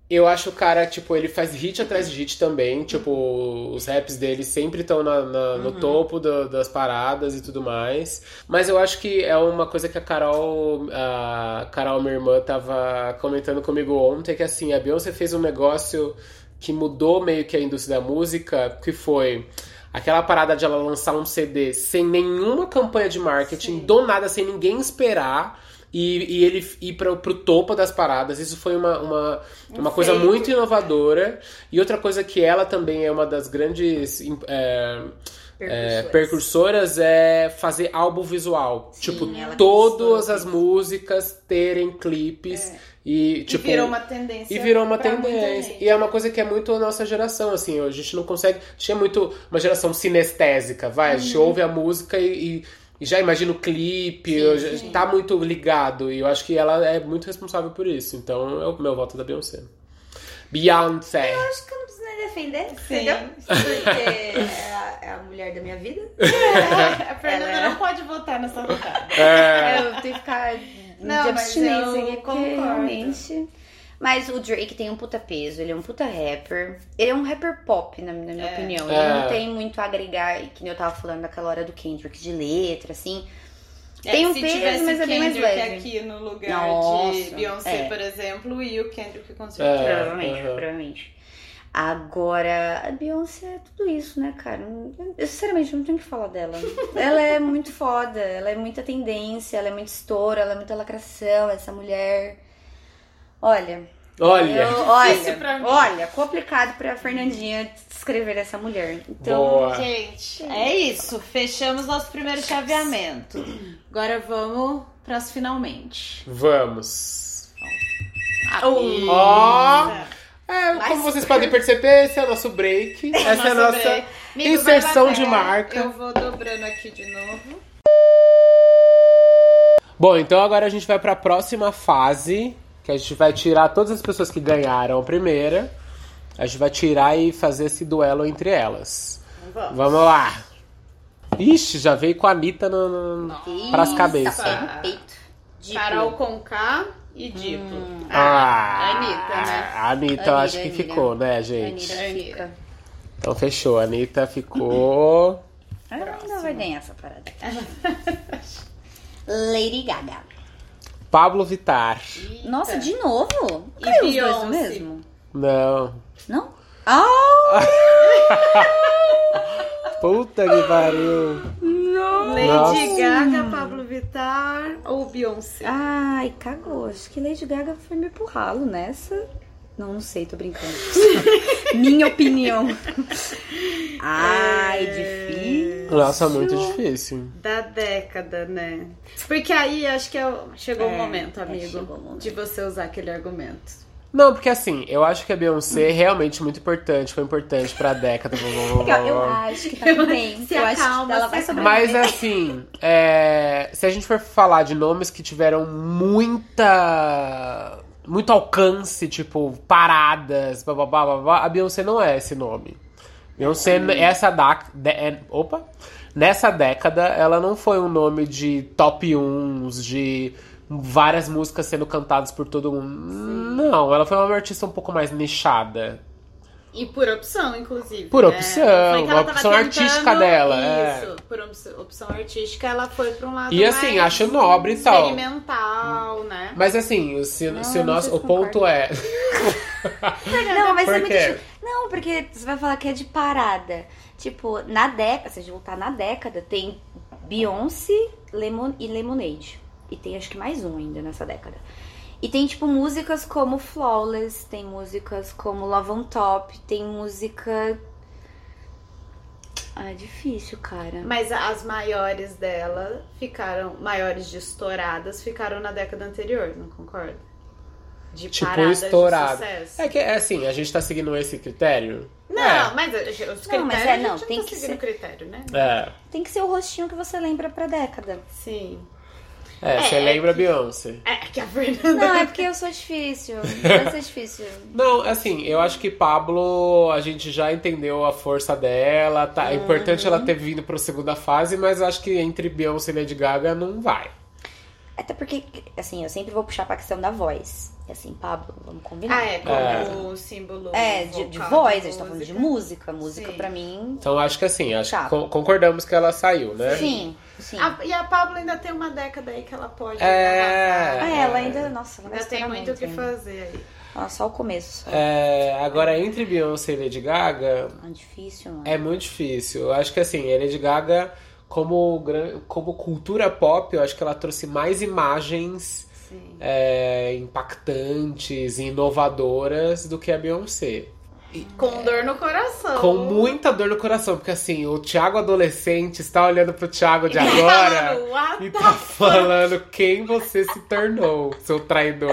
Speaker 1: Eu acho o cara, tipo, ele faz hit atrás de hit também. Tipo, os raps dele sempre estão na- na- no
Speaker 3: Uhum.
Speaker 1: topo do- das paradas e tudo mais. Mas eu acho que é uma coisa que a Carol, a Carol, minha irmã, tava comentando comigo ontem, que assim, a Beyoncé fez um negócio que mudou meio que a indústria da música, que foi aquela parada de ela lançar um CD sem nenhuma campanha de marketing,
Speaker 2: Sim.
Speaker 1: do nada, sem ninguém esperar. E, e ele ir pra, pro topo das paradas. Isso foi uma- uma, É uma coisa
Speaker 2: feito.
Speaker 1: muito inovadora. E outra coisa que ela também é uma das grandes im- é, é,
Speaker 3: Percurso.
Speaker 1: percursoras é fazer álbum visual.
Speaker 3: Sim,
Speaker 1: tipo,
Speaker 3: ela
Speaker 1: todas
Speaker 3: conquistou
Speaker 1: as
Speaker 3: isso.
Speaker 1: músicas terem clipes. E, tipo,
Speaker 2: É. e virou uma tendência.
Speaker 1: e virou uma
Speaker 2: é pra muita
Speaker 1: tendência.
Speaker 2: gente.
Speaker 1: E é uma coisa que é muito a nossa geração, assim. A gente não consegue. Tinha muito uma geração sinestésica, vai. A gente
Speaker 2: Uhum.
Speaker 1: ouve a música e, e- e já imagina o clipe.
Speaker 3: Sim,
Speaker 1: eu já-
Speaker 3: sim.
Speaker 1: Tá muito ligado. E eu acho que ela é muito responsável por isso. Então é o meu voto da Beyoncé. Beyoncé.
Speaker 3: Eu acho que eu não preciso nem defender,
Speaker 2: Sim.
Speaker 3: entendeu? Porque é a, é a mulher da minha vida.
Speaker 2: É, a Fernanda
Speaker 3: Ela-
Speaker 2: não pode votar nessa votada.
Speaker 1: É.
Speaker 3: Eu tenho que ficar
Speaker 2: Não,
Speaker 3: de
Speaker 2: mas eu
Speaker 3: abstinência aqui, porque
Speaker 2: concordo.
Speaker 3: realmente... Mas o Drake tem um puta peso, ele é um puta rapper. Ele é um rapper pop, na, na minha
Speaker 2: É.
Speaker 3: opinião. Ele
Speaker 1: É.
Speaker 3: não tem muito a agregar, que nem eu tava falando naquela hora do Kendrick, de letra, assim. Tem um
Speaker 2: se
Speaker 3: peso,
Speaker 2: tivesse
Speaker 3: mas é bem mais
Speaker 2: Kendrick
Speaker 3: leve.
Speaker 2: aqui no lugar de
Speaker 3: Nossa,
Speaker 2: Beyoncé,
Speaker 3: é.
Speaker 2: por exemplo, e o Kendrick com
Speaker 1: É,
Speaker 2: certeza.
Speaker 3: provavelmente,
Speaker 1: aham.
Speaker 3: provavelmente. Agora, a Beyoncé é tudo isso, né, cara? Eu sinceramente não tenho o que falar dela. ela é muito foda, ela é muita tendência, ela é muito estouro, ela é muita lacração, essa mulher. Olha,
Speaker 1: Olha.
Speaker 3: eu-
Speaker 2: Difícil pra
Speaker 3: olha,
Speaker 2: mim.
Speaker 3: olha, complicado pra Fernandinha descrever essa mulher. Então,
Speaker 1: Boa.
Speaker 2: Gente, é isso. Fechamos nosso primeiro chaveamento. Agora vamos pras finalmente.
Speaker 1: Vamos.
Speaker 2: Ah,
Speaker 3: Oh.
Speaker 1: Ó.
Speaker 2: isso.
Speaker 1: É,
Speaker 3: Mas-
Speaker 1: como vocês podem perceber, esse é o nosso break. Essa é a
Speaker 2: Nosso
Speaker 1: nossa.
Speaker 2: break. Amigo,
Speaker 1: inserção
Speaker 2: vai lá,
Speaker 1: de
Speaker 2: pera.
Speaker 1: marca.
Speaker 2: Eu vou dobrando aqui de novo.
Speaker 1: Bom, então agora a gente vai pra próxima fase, que a gente vai tirar todas as pessoas que ganharam a primeira. A gente vai tirar e fazer esse duelo entre elas.
Speaker 2: Vamos.
Speaker 1: Vamos lá. Ixi, já veio com a Anitta no, no- pras cabeças.
Speaker 3: Tá pé no peito. Diplo.
Speaker 2: Carol com K e Diplo.
Speaker 1: Ah,
Speaker 2: Anitta, né?
Speaker 1: A Anitta, eu
Speaker 3: Hum. Anitta,
Speaker 1: acho que
Speaker 3: Anitta.
Speaker 1: ficou, né, gente?
Speaker 3: Anira
Speaker 2: Anira.
Speaker 3: fica.
Speaker 1: Então fechou. A Anitta ficou.
Speaker 3: Ela ainda Ah, vai ganhar essa parada. Lady Gaga.
Speaker 1: Pablo Vittar.
Speaker 3: Nossa, de novo?
Speaker 2: E
Speaker 3: Caiu os dois
Speaker 2: Beyoncé.
Speaker 3: do mesmo?
Speaker 1: Não.
Speaker 3: Não? Ah!
Speaker 1: Puta que pariu.
Speaker 2: Lady
Speaker 1: Nossa.
Speaker 2: Gaga, Pablo Vittar ou Beyoncé?
Speaker 3: Ai, cagou. Acho que Lady Gaga foi me empurrá-lo nessa. Não, não sei, tô brincando. Minha opinião. Ai,
Speaker 2: É.
Speaker 3: difícil.
Speaker 1: Nossa, muito difícil.
Speaker 2: Da década, né? Porque aí acho que é o- chegou o
Speaker 3: É,
Speaker 2: momento,
Speaker 3: é,
Speaker 2: amigo,
Speaker 3: chegou o momento.
Speaker 2: de você usar aquele argumento.
Speaker 1: Não, porque assim, eu acho que a Beyoncé é realmente muito importante, foi importante pra década. blá, blá, blá, blá,
Speaker 3: Eu
Speaker 1: blá.
Speaker 3: acho que tá tudo bem.
Speaker 2: Se
Speaker 3: eu acho que
Speaker 2: acalma,
Speaker 3: ela
Speaker 2: se
Speaker 3: vai sobreviver.
Speaker 1: Mas assim, é, se a gente for falar de nomes que tiveram muita. muito alcance, tipo, paradas, blá blá blá blá, blá a Beyoncé não é esse nome. Beyoncé, essa da, de- é- opa! Nessa década, ela não foi um nome de top 1, de várias músicas sendo cantadas por todo mundo. Não, ela foi uma artista um pouco mais nichada.
Speaker 2: E por opção, inclusive.
Speaker 1: Por
Speaker 2: né?
Speaker 1: opção,
Speaker 2: Foi que ela
Speaker 1: a
Speaker 2: tava
Speaker 1: opção artística
Speaker 2: tentando-
Speaker 1: dela, é.
Speaker 2: Isso, por op- opção artística ela foi pra um lado
Speaker 1: E assim,
Speaker 2: mais
Speaker 1: acho nobre e tal.
Speaker 2: Experimental, né?
Speaker 1: Mas assim, se,
Speaker 3: Ah, Não,
Speaker 1: se
Speaker 3: eu
Speaker 1: o,
Speaker 3: não
Speaker 1: nosso,
Speaker 3: sei
Speaker 1: o
Speaker 3: se
Speaker 1: ponto é.
Speaker 3: Não, mas
Speaker 1: Por
Speaker 3: é muito
Speaker 1: quê?
Speaker 3: difícil. Não, porque você vai falar que é de parada. Tipo, na década, se a gente voltar na década, tem Beyoncé Lemon e Lemonade. E tem acho que mais um ainda nessa década. E tem, tipo, músicas como Flawless, tem músicas como Love on Top, tem música. Ah, é difícil, cara.
Speaker 2: Mas as maiores dela ficaram, maiores de estouradas, ficaram na década anterior, não concorda? De
Speaker 1: Tipo,
Speaker 2: paradas
Speaker 1: estourada.
Speaker 2: de sucesso.
Speaker 1: É que é assim, a gente tá seguindo esse critério?
Speaker 2: Não, mas os critérios
Speaker 3: Não, mas é,
Speaker 2: a gente
Speaker 3: não,
Speaker 2: não
Speaker 3: tem
Speaker 2: tá
Speaker 3: que
Speaker 2: seguindo
Speaker 3: ser-
Speaker 2: critério, né?
Speaker 1: É.
Speaker 3: Tem que ser o rostinho que você lembra pra década.
Speaker 2: Sim.
Speaker 1: É, você
Speaker 2: É,
Speaker 1: lembra Beyoncé.
Speaker 2: É que a Fernanda...
Speaker 3: Não, é porque eu sou difícil. Vai ser difícil.
Speaker 1: Não, assim, eu acho que Pablo, a gente já entendeu a força dela. Tá, É importante ela ter vindo pra segunda fase, mas acho que entre Beyoncé e Lady Gaga não vai.
Speaker 3: Até porque, assim, eu sempre vou puxar pra questão da voz. E assim, Pablo, vamos combinar.
Speaker 2: Ah, é, como
Speaker 1: É.
Speaker 2: o símbolo
Speaker 3: É, de, de
Speaker 2: vocal
Speaker 3: voz,
Speaker 2: da
Speaker 3: a gente tá falando de
Speaker 2: música.
Speaker 3: música. Música
Speaker 2: Sim.
Speaker 3: pra mim.
Speaker 1: Então acho que assim, acho
Speaker 3: Tá.
Speaker 1: que con- concordamos que ela saiu, né?
Speaker 3: Sim, sim. Ah,
Speaker 2: A- e a Pablo ainda tem uma década aí que ela pode.
Speaker 1: É.
Speaker 3: Ah,
Speaker 2: arrasar.
Speaker 3: ela ainda. Nossa, ela
Speaker 2: Ainda tem muito o que
Speaker 3: fazer.
Speaker 2: fazer aí.
Speaker 3: Só o começo. Só.
Speaker 1: É, agora, entre Beyoncé e Lady Gaga,
Speaker 3: Ah, difícil, mano.
Speaker 1: É muito difícil. Eu acho que assim, a Lady Gaga, como, gran- como cultura pop, eu acho que ela trouxe mais imagens
Speaker 2: Sim.
Speaker 1: é, impactantes e inovadoras do que a Beyoncé.
Speaker 3: É.
Speaker 2: Com dor no
Speaker 3: Oh.
Speaker 2: coração.
Speaker 1: Com muita dor no coração, porque assim, o Thiago adolescente está olhando pro Thiago de
Speaker 3: tá
Speaker 1: agora
Speaker 2: Falando, ah, "What
Speaker 1: e
Speaker 2: the
Speaker 1: tá
Speaker 2: fuck?"
Speaker 1: falando quem você se tornou, seu traidor.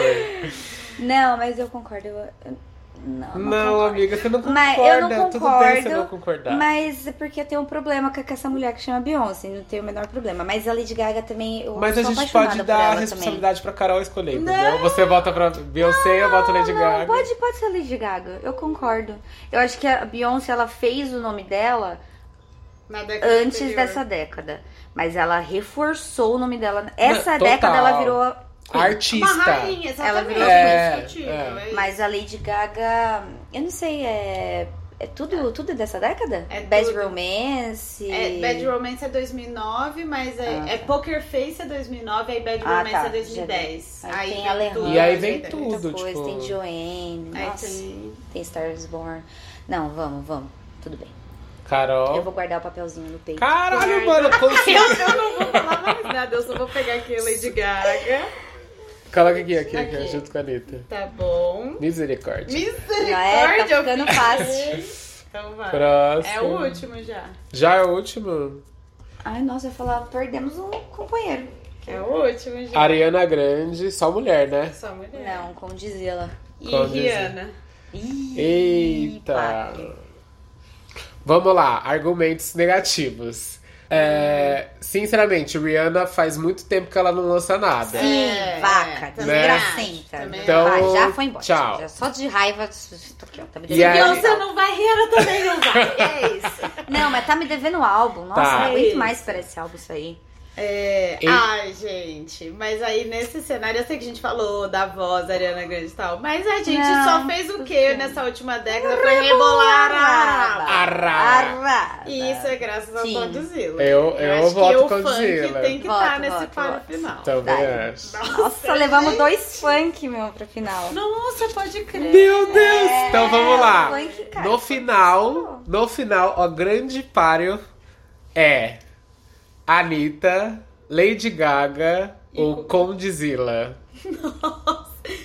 Speaker 3: Não, mas eu concordo. Eu, eu- não, eu não,
Speaker 1: Não, é
Speaker 3: concordo.
Speaker 1: amiga, você não concorda.
Speaker 3: Mas eu não
Speaker 1: Tudo bem você
Speaker 3: concordo,
Speaker 1: não concordar.
Speaker 3: Mas é porque eu tenho um problema com com essa mulher que chama Beyoncé, não tenho o menor problema. Mas a Lady Gaga também, eu
Speaker 1: Mas a
Speaker 3: sou
Speaker 1: gente
Speaker 3: apaixonada
Speaker 1: pode
Speaker 3: por
Speaker 1: dar a
Speaker 3: ela também.
Speaker 1: responsabilidade pra Carol escolher, entendeu? Você vota pra Beyoncé, eu voto Lady
Speaker 3: Não,
Speaker 1: Gaga.
Speaker 3: Pode, pode ser Lady Gaga, eu concordo. Eu acho que a Beyoncé, ela fez o nome dela
Speaker 2: Na década
Speaker 3: antes
Speaker 2: anterior.
Speaker 3: dessa década. Mas ela reforçou o nome dela. Essa
Speaker 1: Não, total.
Speaker 3: década ela virou... queen.
Speaker 1: Artista.
Speaker 2: Uma rainha, exatamente.
Speaker 3: Ela virou
Speaker 1: É,
Speaker 2: é, discutível,
Speaker 1: é.
Speaker 2: é. isso.
Speaker 3: Mas a Lady Gaga, eu não sei, é... É tudo, tudo dessa década?
Speaker 2: É
Speaker 3: Bad
Speaker 2: tudo.
Speaker 3: Romance...
Speaker 2: É, Bad Romance é 2009, mas é,
Speaker 3: Ah,
Speaker 2: é Poker Face é 2009, aí Bad
Speaker 3: Ah,
Speaker 2: Romance
Speaker 3: tá,
Speaker 2: é 2010.
Speaker 3: já vi. Aí tem
Speaker 2: vem
Speaker 3: Alejandro.
Speaker 2: tudo,
Speaker 1: E aí vem
Speaker 2: né?
Speaker 1: tudo.
Speaker 3: Muita coisa,
Speaker 1: tipo-
Speaker 3: tem Joanne,
Speaker 2: Aí
Speaker 3: nossa,
Speaker 2: tem-
Speaker 3: tem Stars Born. Não, vamos, vamos. Tudo bem. Eu
Speaker 1: Carol.
Speaker 3: vou guardar o papelzinho no peito.
Speaker 1: Caralho, mano. consegui-
Speaker 2: Eu, eu não vou falar mais nada, eu só vou pegar aqui a Lady Gaga.
Speaker 1: Coloca aqui, aqui, aqui,
Speaker 2: Aqui.
Speaker 1: junto com a Anitta.
Speaker 2: Tá bom.
Speaker 1: Misericórdia.
Speaker 3: Já é,
Speaker 2: Misericórdia,
Speaker 3: tá
Speaker 2: eu
Speaker 3: ficando
Speaker 2: fiquei-
Speaker 3: fácil.
Speaker 2: Então vai.
Speaker 1: Próximo.
Speaker 2: É o último já.
Speaker 1: Já é o último?
Speaker 3: Ai, nossa, eu ia falar, perdemos um companheiro.
Speaker 2: É o último já.
Speaker 1: Ariana Grande, só mulher, né?
Speaker 2: Só mulher.
Speaker 3: Não, como diz ela.
Speaker 2: E
Speaker 1: Qual é dizer?
Speaker 2: Rihanna.
Speaker 3: Ih,
Speaker 1: Eita.
Speaker 3: pá.
Speaker 1: Vamos lá, argumentos negativos. É, sinceramente, Rihanna faz muito tempo que ela não lança nada.
Speaker 3: Sim,
Speaker 2: É,
Speaker 3: vaca,
Speaker 2: também
Speaker 3: desgracenta.
Speaker 2: acho, também
Speaker 1: Então,
Speaker 3: Vai, já foi embora.
Speaker 1: tchau.
Speaker 3: Já só de raiva. Tô aqui, ó, tá me
Speaker 1: E aí-
Speaker 3: devendo.
Speaker 2: Beyoncé não vai, Rihanna também não vai. É isso.
Speaker 3: Não, mas tá me devendo álbum. Nossa,
Speaker 1: Tá.
Speaker 3: não aguento mais para esse álbum isso aí.
Speaker 2: É,
Speaker 1: E-
Speaker 2: Ai, gente. Mas aí nesse cenário, eu sei que a gente falou da voz da Ariana Grande e tal. Mas a gente
Speaker 3: Não,
Speaker 2: só fez o que nessa última década? Foi rebolar a raba.
Speaker 1: Arra.
Speaker 3: Arra.
Speaker 2: E isso é graças ao
Speaker 3: Né? Sim.
Speaker 2: Godzilla.
Speaker 1: Eu- eu
Speaker 2: acho
Speaker 1: voto
Speaker 2: que o
Speaker 1: Godzilla. Tá.
Speaker 2: funk tem que
Speaker 3: Voto,
Speaker 2: estar nesse
Speaker 3: voto,
Speaker 2: par
Speaker 3: voto.
Speaker 2: final.
Speaker 1: Também
Speaker 3: Verdade.
Speaker 1: acho.
Speaker 3: Nossa, levamos dois funk, meu, pra final.
Speaker 2: Nossa, pode crer.
Speaker 1: Meu Deus!
Speaker 2: É,
Speaker 1: então vamos lá.
Speaker 3: Foi que cara,
Speaker 1: No
Speaker 3: foi
Speaker 2: Tá
Speaker 1: final, no final, o grande páreo é Anitta, Lady Gaga
Speaker 2: E
Speaker 1: ou Condizila.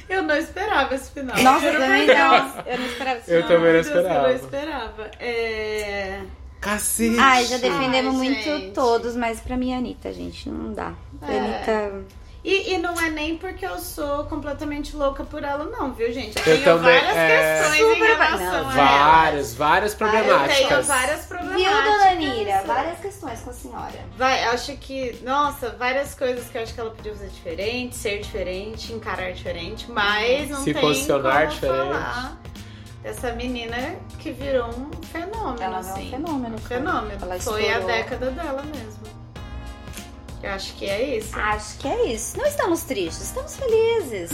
Speaker 2: Eu não esperava esse final.
Speaker 3: Nossa, eu
Speaker 2: Juro
Speaker 3: também
Speaker 2: por Deus.
Speaker 3: não. Eu não esperava isso.
Speaker 1: Eu
Speaker 3: não.
Speaker 1: também não
Speaker 2: Meu Deus, Eu não
Speaker 1: esperava.
Speaker 2: esperava. É...
Speaker 1: Cacete!
Speaker 3: Ai, já defendemos
Speaker 2: Ai,
Speaker 3: muito
Speaker 2: gente.
Speaker 3: é todos, mas pra mim, a Anitta, gente, não dá. A
Speaker 2: É.
Speaker 3: Anitta.
Speaker 2: E, e não é nem porque eu sou completamente louca por ela, não, viu, gente? Eu
Speaker 1: Eu
Speaker 2: tenho
Speaker 1: também,
Speaker 2: várias
Speaker 1: é,
Speaker 2: questões
Speaker 3: super
Speaker 2: em
Speaker 3: vai-
Speaker 2: relação
Speaker 3: não,
Speaker 2: a ela.
Speaker 1: Várias, várias
Speaker 2: Eu tenho
Speaker 1: problemáticas.
Speaker 2: várias problemáticas.
Speaker 3: Viu, dona Nira? Várias questões com a senhora.
Speaker 2: Vai, acho que, nossa, várias coisas que eu acho que ela podia fazer diferente, ser diferente, encarar diferente, mas não
Speaker 1: Se
Speaker 2: tem
Speaker 1: posicionar
Speaker 2: como
Speaker 1: diferente.
Speaker 2: falar dessa menina que virou um fenômeno,
Speaker 3: Ela é
Speaker 2: assim.
Speaker 3: um fenômeno.
Speaker 2: Um fenômeno.
Speaker 3: Ela
Speaker 2: Foi
Speaker 3: estourou.
Speaker 2: a década dela mesmo. Eu acho que é isso.
Speaker 3: Acho que é isso. Não estamos tristes, estamos felizes.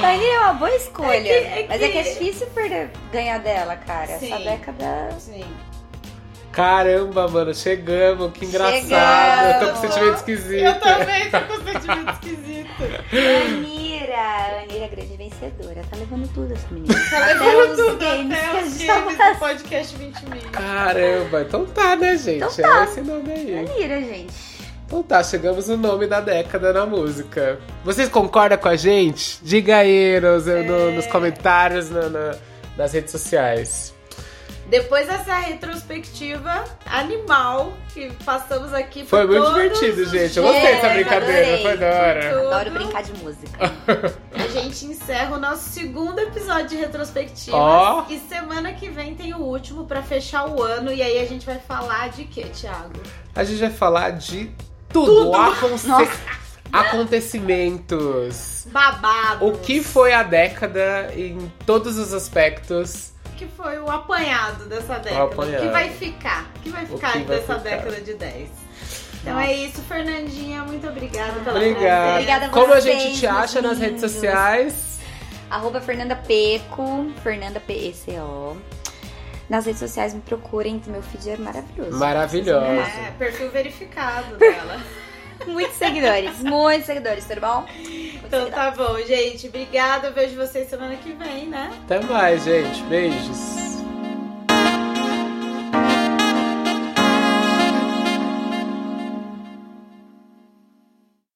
Speaker 3: Dani é uma boa escolha.
Speaker 2: É que- é
Speaker 3: Mas é que é
Speaker 2: que-
Speaker 3: difícil perder, ganhar dela, cara. Essa
Speaker 2: Sim.
Speaker 3: década.
Speaker 2: Sim.
Speaker 1: Caramba, mano, chegamos, que engraçado. Eu tô com
Speaker 3: Chegamos.
Speaker 1: sentimento esquisito.
Speaker 2: Eu também tô com um sentimento esquisito.
Speaker 3: Anira! Anira é grande vencedora. Tá levando tudo essa menina.
Speaker 2: Tá
Speaker 3: Até
Speaker 2: levando
Speaker 3: os
Speaker 2: tudo
Speaker 3: games que
Speaker 2: até
Speaker 3: a
Speaker 2: os
Speaker 3: gente tá
Speaker 2: games do podcast um. 20 mil.
Speaker 1: Caramba, então tá, né, gente?
Speaker 3: Então tá.
Speaker 1: É esse nome aí.
Speaker 3: Anira, gente.
Speaker 1: Então tá, chegamos no nome da década na música. Vocês concordam com a gente? Diga aí nos, no- nos comentários, na- na- nas redes sociais.
Speaker 2: Depois dessa retrospectiva animal que passamos aqui por
Speaker 1: Foi muito
Speaker 2: todos
Speaker 1: divertido,
Speaker 2: os
Speaker 1: gente. Eu gostei dessa
Speaker 2: gêneros,
Speaker 1: brincadeira, foi da hora.
Speaker 2: Tudo.
Speaker 3: Adoro brincar de música.
Speaker 2: A gente encerra o nosso segundo episódio de retrospectiva.
Speaker 1: Ó.
Speaker 2: E semana que vem tem o último pra fechar o ano. E aí a gente vai falar de quê, Thiago?
Speaker 1: A gente vai falar de tudo, aconse-
Speaker 3: Nossa.
Speaker 1: acontecimentos.
Speaker 2: Babado.
Speaker 1: O que foi a década em todos os aspectos?
Speaker 2: que foi o apanhado dessa década?
Speaker 1: apanhado.
Speaker 2: O que vai ficar? O que vai
Speaker 1: que
Speaker 2: ficar
Speaker 1: vai
Speaker 2: dessa
Speaker 1: ficar?
Speaker 2: década de 10? Então
Speaker 3: Nossa.
Speaker 2: é isso, Fernandinha. Muito obrigada pela
Speaker 1: Obrigada.
Speaker 2: presença.
Speaker 3: Obrigada a
Speaker 1: Como a
Speaker 3: vocês,
Speaker 1: gente te
Speaker 3: meus
Speaker 1: acha nas redes
Speaker 3: lindos.
Speaker 1: sociais?
Speaker 3: Arroba Fernanda Peco, Fernanda P-E-C-O. Nas redes sociais me procurem, que meu feed é maravilhoso.
Speaker 1: Maravilhosa.
Speaker 2: É, perfil verificado dela.
Speaker 3: Muitos seguidores, muitos seguidores, tudo bom? Muitos
Speaker 2: Então
Speaker 3: seguidores.
Speaker 2: tá bom, gente. Obrigada. Eu vejo vocês semana que vem, né?
Speaker 1: Até mais, gente. Beijos.